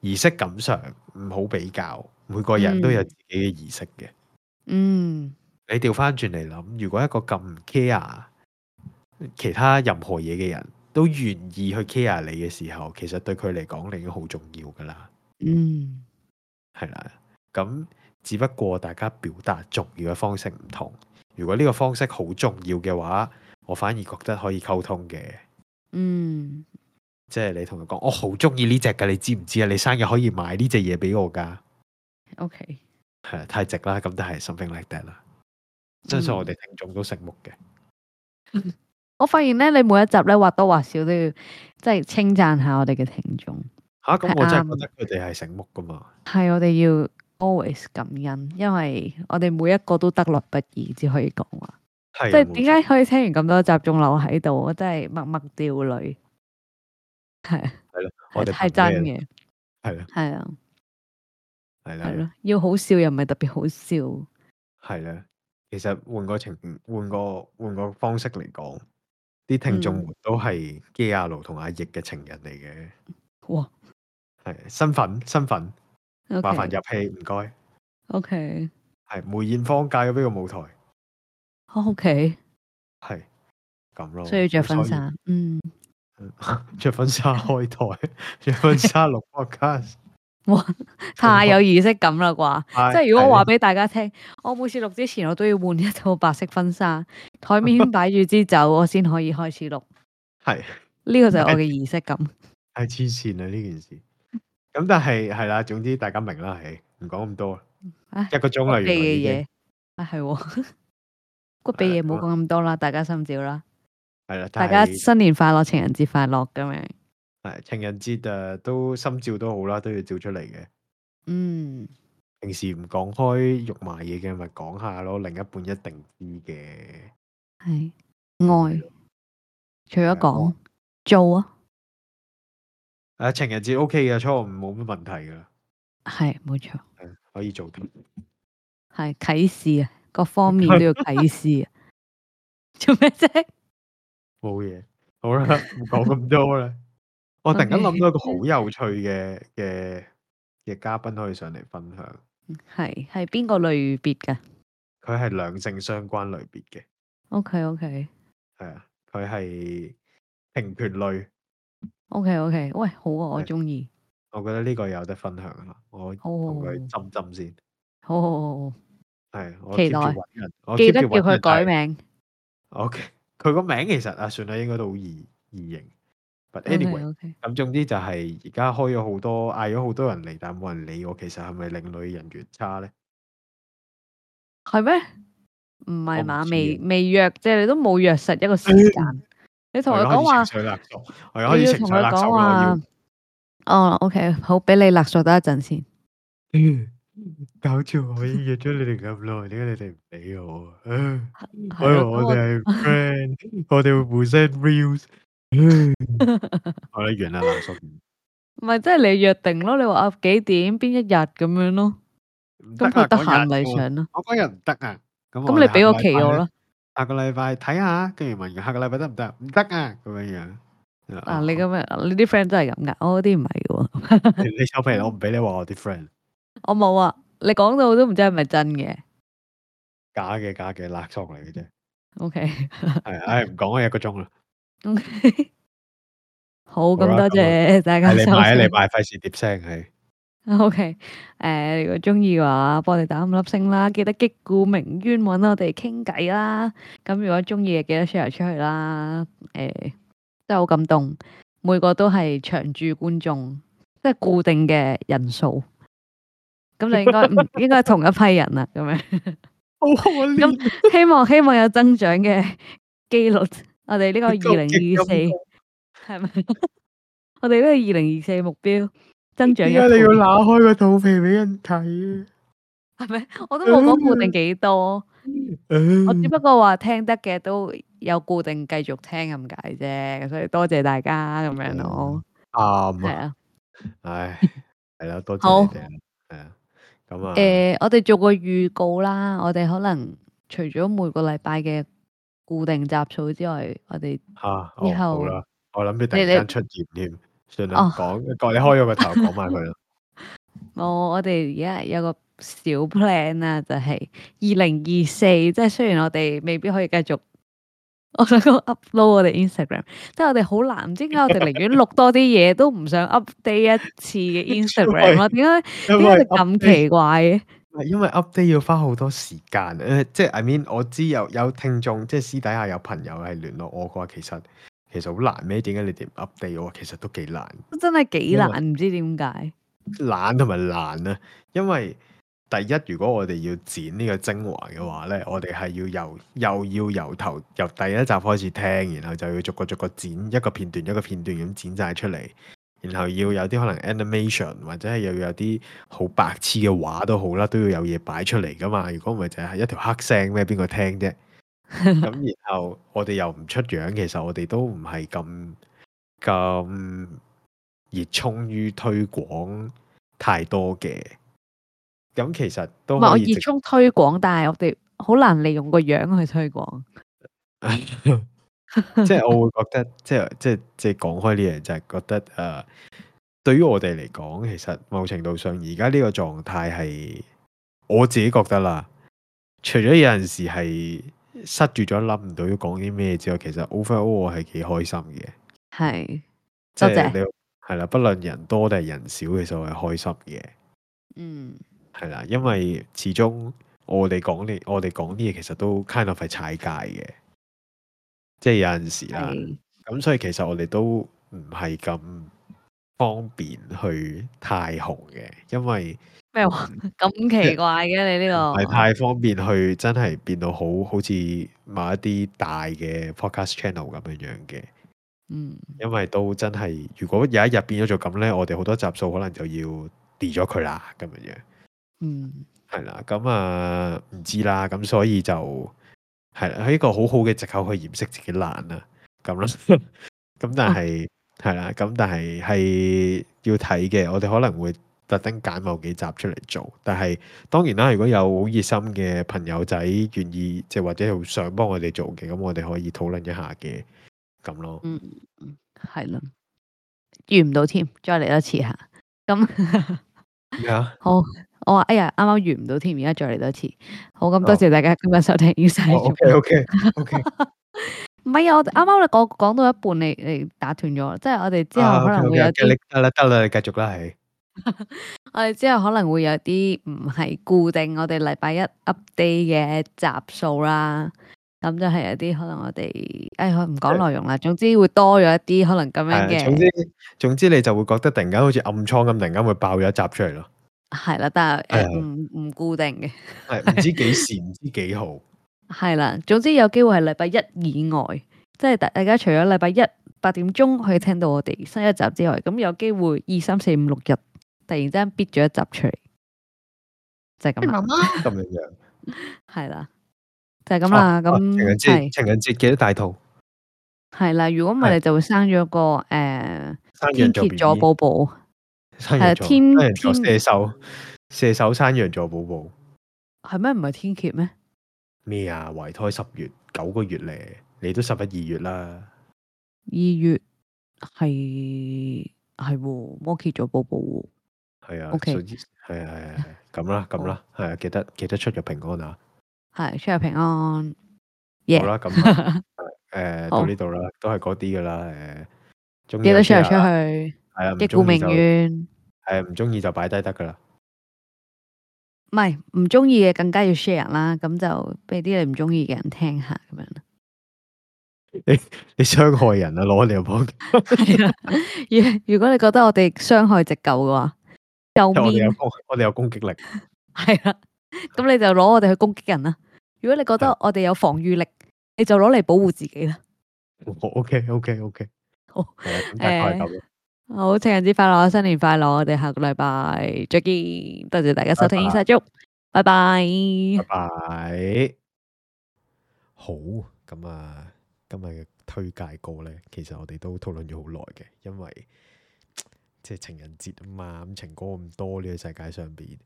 A: 儀式感上唔好比較，每個人都有
B: 嗯
A: 自己嘅儀式嘅。
B: 嗯，
A: 你調翻轉嚟諗，如果一個咁唔 care 其他任何嘢嘅人都願意去 care 你嘅時候，其實對佢嚟講你已經好重要噶啦，
B: 嗯，
A: 係啦。咁只不過大家表達重要嘅方式唔同。如果呢個方式好重要嘅話，我反而覺得可以溝通嘅。
B: 嗯，
A: 即係你同佢講，我好中意呢只㗎，你知唔知啊？你生日可以買呢只嘢俾我㗎，
B: OK，
A: 係啊太值啦。咁但係 something like that 啦，
B: 嗯
A: 相信我哋聽眾都醒目嘅，
B: 我發現咧，你每一集咧或多或少都要即係稱讚下我哋嘅聽眾，
A: 吓咁、
B: 係
A: 我真
B: 啱
A: 係覺得佢哋係醒目㗎嘛。
B: 係我哋要 always 感恩，因為我哋每一個都得來不易，只可以講話。
A: 係
B: 即係
A: 啊冇
B: 點解
A: 錯
B: 可以聽完咁多集仲留喺度？我真係默默掉淚，係
A: 我
B: 係
A: 哋
B: 係
A: 憑
B: 真
A: 咩
B: 嘅，
A: 係啦
B: 係啊，
A: 係啦
B: 係咯，要好笑又唔係特別好笑，
A: 係啦。其實換個情換個換個方式嚟講，啲聽眾
B: 嗯
A: 們都係基亞奴同阿奕嘅情人嚟嘅。
B: 哇
A: 係身份身份，麻煩
B: ，OK
A: 入戲唔該。
B: OK
A: 係梅艷芳嫁咗俾個舞台，
B: 哦 OK，
A: 係咁咯。
B: 需要着
A: 咁所
B: 婚
A: 以
B: 紗，嗯，
A: 着婚 紗開台，着婚紗錄 podcast，
B: 太有儀式感啦 啩！即係如果我話俾大家聽，我每次錄之前我都要換一套白色婚紗，台面擺住支酒，我先可以開始錄。
A: 係
B: 呢個就係我嘅儀式感。
A: 係係黐線啊呢件事。咁但係係啦，總之大家明啦，係唔講咁多啦
B: 唉，
A: 一個鐘
B: 骨
A: 啦，
B: 痹
A: 原來已
B: 嘅嘢
A: 經
B: 啊，係喎， 骨痹嘢冇講咁多啦，大家心照啦，
A: 係啦，
B: 大
A: 但
B: 家
A: 係
B: 新年快樂，情人節快樂咁樣。
A: 係情人節誒都心照都好啦，都要照出嚟嘅。
B: 嗯，
A: 平時唔講開肉麻嘢嘅，咪講下咯。另一半一定知嘅，
B: 係愛，除咗
A: 係
B: 講做啊，
A: 啊情人節 OK 嘅，初五冇乜問題噶啦，
B: 係冇錯，
A: 係可以做到。
B: 係啟示啊，各方面都要啟 示啊。做咩啫？
A: 冇嘢，好啦，唔講咁多啦。我突然間
B: OK
A: 諗到一個好有趣嘅嘅嘅嘉賓可以上嚟分享，
B: 係係邊個類別嘅
A: 佢係兩性相關類別嘅，
B: ？OK OK
A: 係啊，佢係平權類，
B: OK OK，喂，好啊，我
A: 係
B: 中意，
A: 我覺得呢個有得分享啦。我
B: 好
A: 同佢
B: 好
A: 斟斟先，
B: 好好好
A: 係我
B: 期
A: keep 住
B: 待
A: 揾人，我
B: 好，記
A: keep
B: 得叫
A: 住揾
B: 佢
A: 人
B: 改
A: 睇。
B: 名。
A: OK，佢個名其實啊，算啦，應該都好易易認。But anyway，
B: OK OK，
A: 咁總之就係而家開咗好多嗌咗好多人嚟，但冇人理我。其實係咪令女人緣差咧？
B: 係咩？唔
A: 我
B: 係
A: 唔
B: 嘛？
A: 知
B: 未
A: 啊
B: 未約即係你都冇約實一個時間。你同
A: 我
B: 佢
A: 而家
B: 講
A: 開
B: 話
A: 始，情緒勒索，我而家開始
B: 你要
A: 情
B: 同
A: 緒
B: 佢
A: 勒索
B: 講
A: 啦，我
B: 話
A: 要。。
B: 哦，OK，好，俾你勒索多一陣先。
A: 搞笑，我已經約咗你哋咁耐，點解你哋唔理我啊？啊
B: 係
A: 我以為
B: 咯，
A: 我
B: 咁
A: 哋係 friend，我哋會互相 reels。我哋完啦，勒索完。
B: 我咪即係你約定咯。你話啊幾點邊一日咁樣咯？
A: 唔得
B: 咁
A: 啊
B: 佢得
A: 嗰日
B: 閒咪
A: 我
B: 上咯。
A: 我嗰日唔得啊。咁
B: 咁
A: 我
B: 你
A: 哋
B: 俾
A: 下
B: 個
A: 個禮
B: 期
A: 拜
B: 我
A: 咧
B: 咯。
A: 下個禮拜睇下，跟住問佢下個禮拜得唔得？唔得啊，咁樣樣。Dạ. Ờ.
B: 啊，你咁 樣，你啲 friend 真係咁噶，我嗰啲唔係嘅喎。
A: 你你收皮，我唔俾你話我啲 friend
B: 我冇啊，你講到我都唔知係咪真嘅。
A: 假嘅假嘅勒索嚟嘅啫。
B: OK
A: 係，唉，唔講啊，一個鐘啦。
B: OK，好，咁
A: 好啦
B: 多謝大家
A: 係你
B: 收
A: 買啊，你
B: 聽。
A: 買，費事碟聲係。
B: O K，誒，如果中意嘅話，幫我哋打五粒星啦，記得擊鼓鳴冤揾我哋傾偈啦。咁如果中意嘅，記得 share 出去啦。誒、真係好感動，每個都係長駐觀眾，即係固定嘅人數。咁就應該嗯應該係同一批人啦，咁樣。
A: 好可憐
B: 咁希望希望有增長嘅機率。我哋呢個二零二四
A: 啊
B: 係咪？ 我哋呢個二零二四目標增長一
A: 點解你
B: 倍
A: 要揦開個肚皮俾人睇啊？
B: 係咪？我都冇講固定幾多，
A: 嗯
B: 我只不過話聽得嘅都有固定繼續聽咁解啫，所以多謝大家咁樣咯，
A: 啱
B: 係
A: 啊，
B: 啊，
A: 唉，係啦，多謝
B: 好
A: 你哋啦，係啊，咁啊，
B: 誒、我哋做個預告啦，我哋可能除咗每個禮拜嘅固定集數之外，我哋
A: 啊，
B: 以
A: 哦，好
B: 後
A: 啦，我諗住突然
B: 你你
A: 間出現添，算啦
B: 哦，
A: 講講你開咗個頭，講埋佢啦，
B: 我我哋而家有個小 plan 啦，就係二零二四，即係雖然我哋未必可以繼續，我想講 upload 我哋 Instagram，即係我哋好難，唔知點解我哋寧願錄多啲嘢都唔想 update 一次嘅 Instagram 咯？點解
A: 因
B: 點解
A: 為
B: 你咁奇怪嘅？
A: update- 因為 update 要花好多時間，誒，即係 I mean，我知有有聽眾，即係私底下有朋友係聯絡我，佢話其實其實好難咩？點解你哋唔 update 我？其實都幾難。
B: 真係幾
A: 因為
B: 難，唔知點解。
A: 懶同埋懶啊，因為第一，如果我哋要剪呢個精華嘅話咧，我哋係要由又要由頭由第一集開始聽，然後就要逐個逐個剪一個片段一個片段咁剪晒出嚟，然後要有啲可能 animation 或者係又要有啲好白痴嘅畫都好啦，都要有嘢擺出嚟噶嘛。如果唔係就係一條黑聲咩，邊個聽 啫？咁然後我哋又唔出樣，其實我哋都唔係咁咁熱衷於推廣太多嘅。咁其實都
B: 唔係我
A: 可以
B: 熱
A: 直
B: 衷推廣，但係我哋好難利用個樣去推廣。
A: 即係我會覺得，即係即係即係講開呢樣就係覺得誒、呃，對於我哋嚟講，其實某程度上而家呢個狀態係我自己覺得啦。除咗有陣時係塞住咗諗唔到要講啲咩之外，其實 overall 我係幾開心嘅。
B: 係，
A: 即
B: 多
A: 係
B: 謝
A: 你係啦，不論人多定係人少，其實我係開心嘅。
B: 嗯，
A: 係啦，因為始終我哋講呢，我哋講啲嘢其實都 kind of 係踩界嘅，即係有陣時啦。
B: 係，
A: 咁所以其實我哋都唔係咁方便去太紅嘅，因為
B: 咩話咁奇怪嘅你
A: 嗯唔
B: 呢
A: 係
B: 度？
A: 太方便去真係變到好好似某一啲大嘅 podcast channel 咁樣樣嘅，
B: 嗯，
A: 因為都真係如果有一日變咗做咁呢，我哋好多集數可能就要 delete 咗佢啦咁樣樣。
B: 嗯，
A: 係啦，咁啊唔知啦，咁所以就係啦，係一個好好嘅藉口去掩飾自己懶啦，咁 啦，咁但係係啦，咁但係係要睇嘅，我哋可能會特登揀某幾集出嚟做，但係當然啦，如果有好熱心嘅朋友仔願意，即係或者想幫我哋做嘅，咁我哋可以討論一下嘅，咁 咯，
B: 係啦，遇唔到添，再嚟多次吓。咁
A: 啊，
B: 好，我話哎呀，啱啱遇唔到添，而家再嚟多次。好，咁多
A: 哦
B: 謝大家今日收聽醫生。
A: OK OK OK，
B: 唔係啊，我哋啱啱我講講到一半，你你打斷咗啦，即係我哋之後可能會有啲。
A: 得啦得啦，啊你繼續啦，係
B: 我哋之後可能會有啲唔係固定我哋禮拜一 update 嘅集數啦，咁就係有啲可能我哋誒唔講內容啦，總之會多咗一啲可能咁樣
A: 係，總
B: 嘅
A: 之總之你就會覺得突然間好似暗瘡咁，突然間會爆咗一集出嚟咯。
B: 係啦，但係
A: 係
B: 誒唔唔固定嘅
A: 係唔知幾時，唔知幾號，
B: 係啦，總之有機會係禮拜一以外，即係大大家除咗禮拜一八點鐘可以聽到我哋新一集之外，咁有機會二三四五六日突然之間逼咗一集出嚟，就係咁啦，
A: 咁樣樣。
B: 係啦，就係咁啦，
A: 啊情
B: 咁
A: 人
B: 係
A: 節，。情人節記得大肚，
B: 係啦，如果唔係
A: 係
B: 你就會生咗個誒、呃
A: 生
B: 天
A: 羊座
B: 蝎座
A: BB，
B: 寶寶，
A: 生羊
B: 係
A: 座，
B: 天
A: 生羊座
B: 天
A: 射手，射手生羊座寶寶
B: 係咩？唔係天蝎咩？
A: 咩啊？懷胎十月九個月咧，你都十一二月啦。
B: 二月係係喎，摩羯座寶寶喎，
A: 係啊
B: OK
A: 所以係啊係啊係啊咁啦咁啦，係啊，記得記得出入平安啊！
B: 係出入平安。
A: 好
B: Yeah，
A: 啦，咁 誒
B: 好
A: 到呢度啦，都係嗰啲噶啦誒。中
B: 記得出
A: 啲
B: 嚟
A: 啊
B: 出
A: 係啊，唔
B: 去，一股
A: 中意
B: 明
A: 就
B: 遠。
A: 係唔中意就擺低得噶啦。
B: 唔係唔中意嘅更加要 share 啦，咁就俾啲你唔中意嘅人聽下咁樣啦。
A: 你傷害人啊！攞你個 p o
B: 係啦， 如如果你覺得我哋傷害只狗嘅話，救
A: 我哋啊
B: 命
A: 有！攻，我哋有攻擊力。
B: 系啦，咁你就攞我哋去攻擊人啦。如果你覺得我哋有防禦力，你就攞嚟保護自己啦。
A: OK OK OK，
B: 好
A: 係啊，咁大概係咁啦。
B: 好，情人節快樂，新年快樂，我哋下個禮拜再見，多謝大家收聽《
A: 拜拜
B: i n s i d e 拜拜。
A: 拜拜。好，咁啊，今日嘅推介歌咧，其實我哋都討論咗好耐嘅，因為即係情人節啊嘛，咁情歌咁多呢個世界上邊。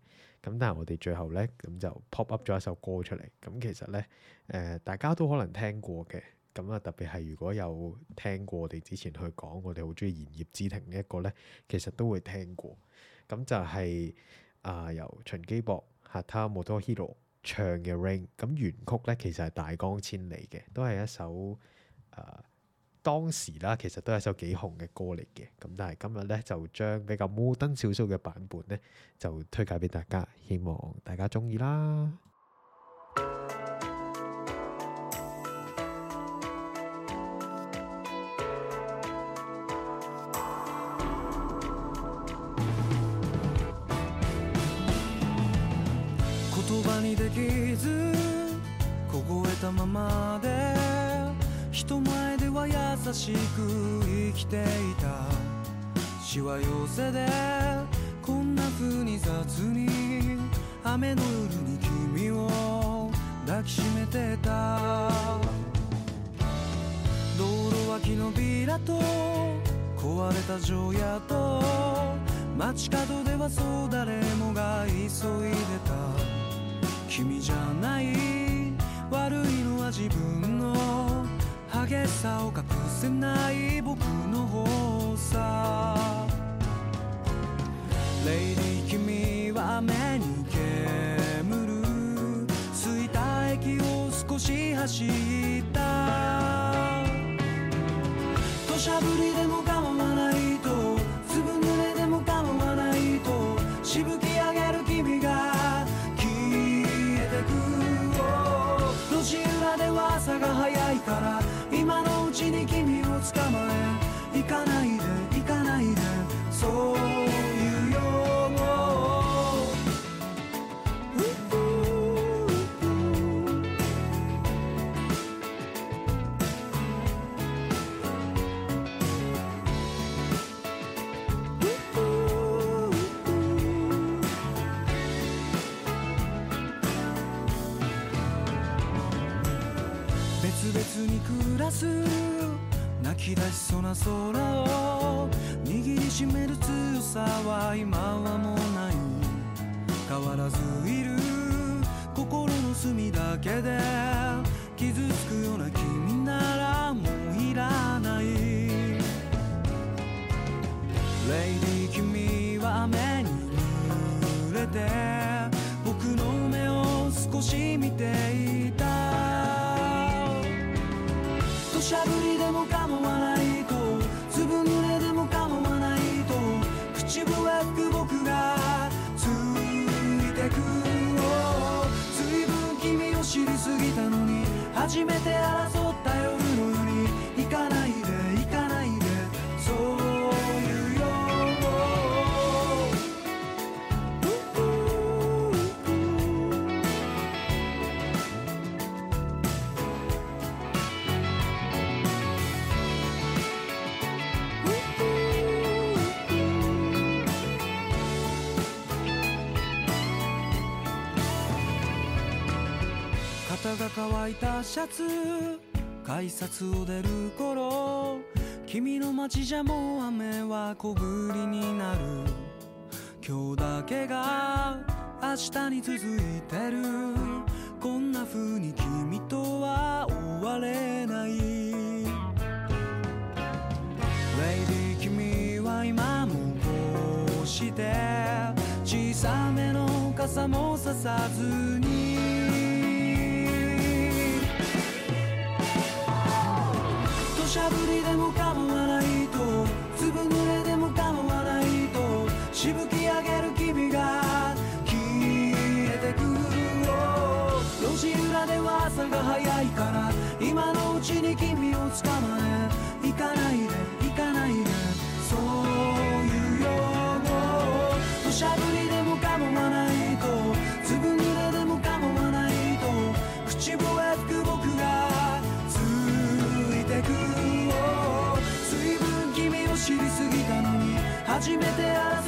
A: 咁但係我哋最後咧，咁就 pop up 咗一首歌出嚟。咁其實咧，誒、大家都可能聽過嘅。咁啊，特別係如果有聽過我哋之前去講，我哋好中意《言葉之庭》呢一個咧，其實都會聽過。咁就係、啊、由秦基博、Hata Motohiro 唱嘅《Rain》，咁原曲咧其實係大江千里嘅，都係一首誒、呃、當時啦，其實都係一首幾紅嘅歌嚟嘅。咁但係今日咧就將比較摩登少少嘅版本咧，就推介俾大家，希望大家中意啦。
C: 言葉にできず凍えたままで人前では優しく生きていたしわ寄せでこんな風に雑に雨の夜に君を抱きしめてた道路脇のビラと壊れた城屋と街角ではそう誰もが急いでた君じゃない悪いのは自分の激しさを隠せない僕の方さレイディ君は雨に煙る空いた駅を少し走った土砂降りでも構わないと粒濡れでも構わないとしぶき上げる君が消えてく路地裏では朝が早いから今のうちに君を捕まえ行かないで行かないでそういうよ別々に暮らす泣き出しそうな空を握りしめる強さは今はもうない変わらずいる心の隅だけで傷つくような君ならもういらないレイディ君は雨に濡れて僕の目を少し見ていた土砂降りでも構わないと粒濡れでも構わないと口笛吹く僕がついてくを随分君を知りすぎたのに初めて争った夜のように行かないで行かないでそういうよ肩が乾いたシャツ改札を出る頃君の街じゃもう雨は小降りになる今日だけが明日に続いてるこんな風に君とは終われないレイディ君は今もこうして小さめの傘もささずに土砂降りでも構わないと粒濡れでも構わないとしぶき上げる君が消えてく路地裏では朝が早いから今のうちに君を捕まえ行かないで行かないでそういうよ土砂降りでも構わないと粒濡れでも構わないと口笛吹く僕がついてく随分君を知りすぎたのに初めて争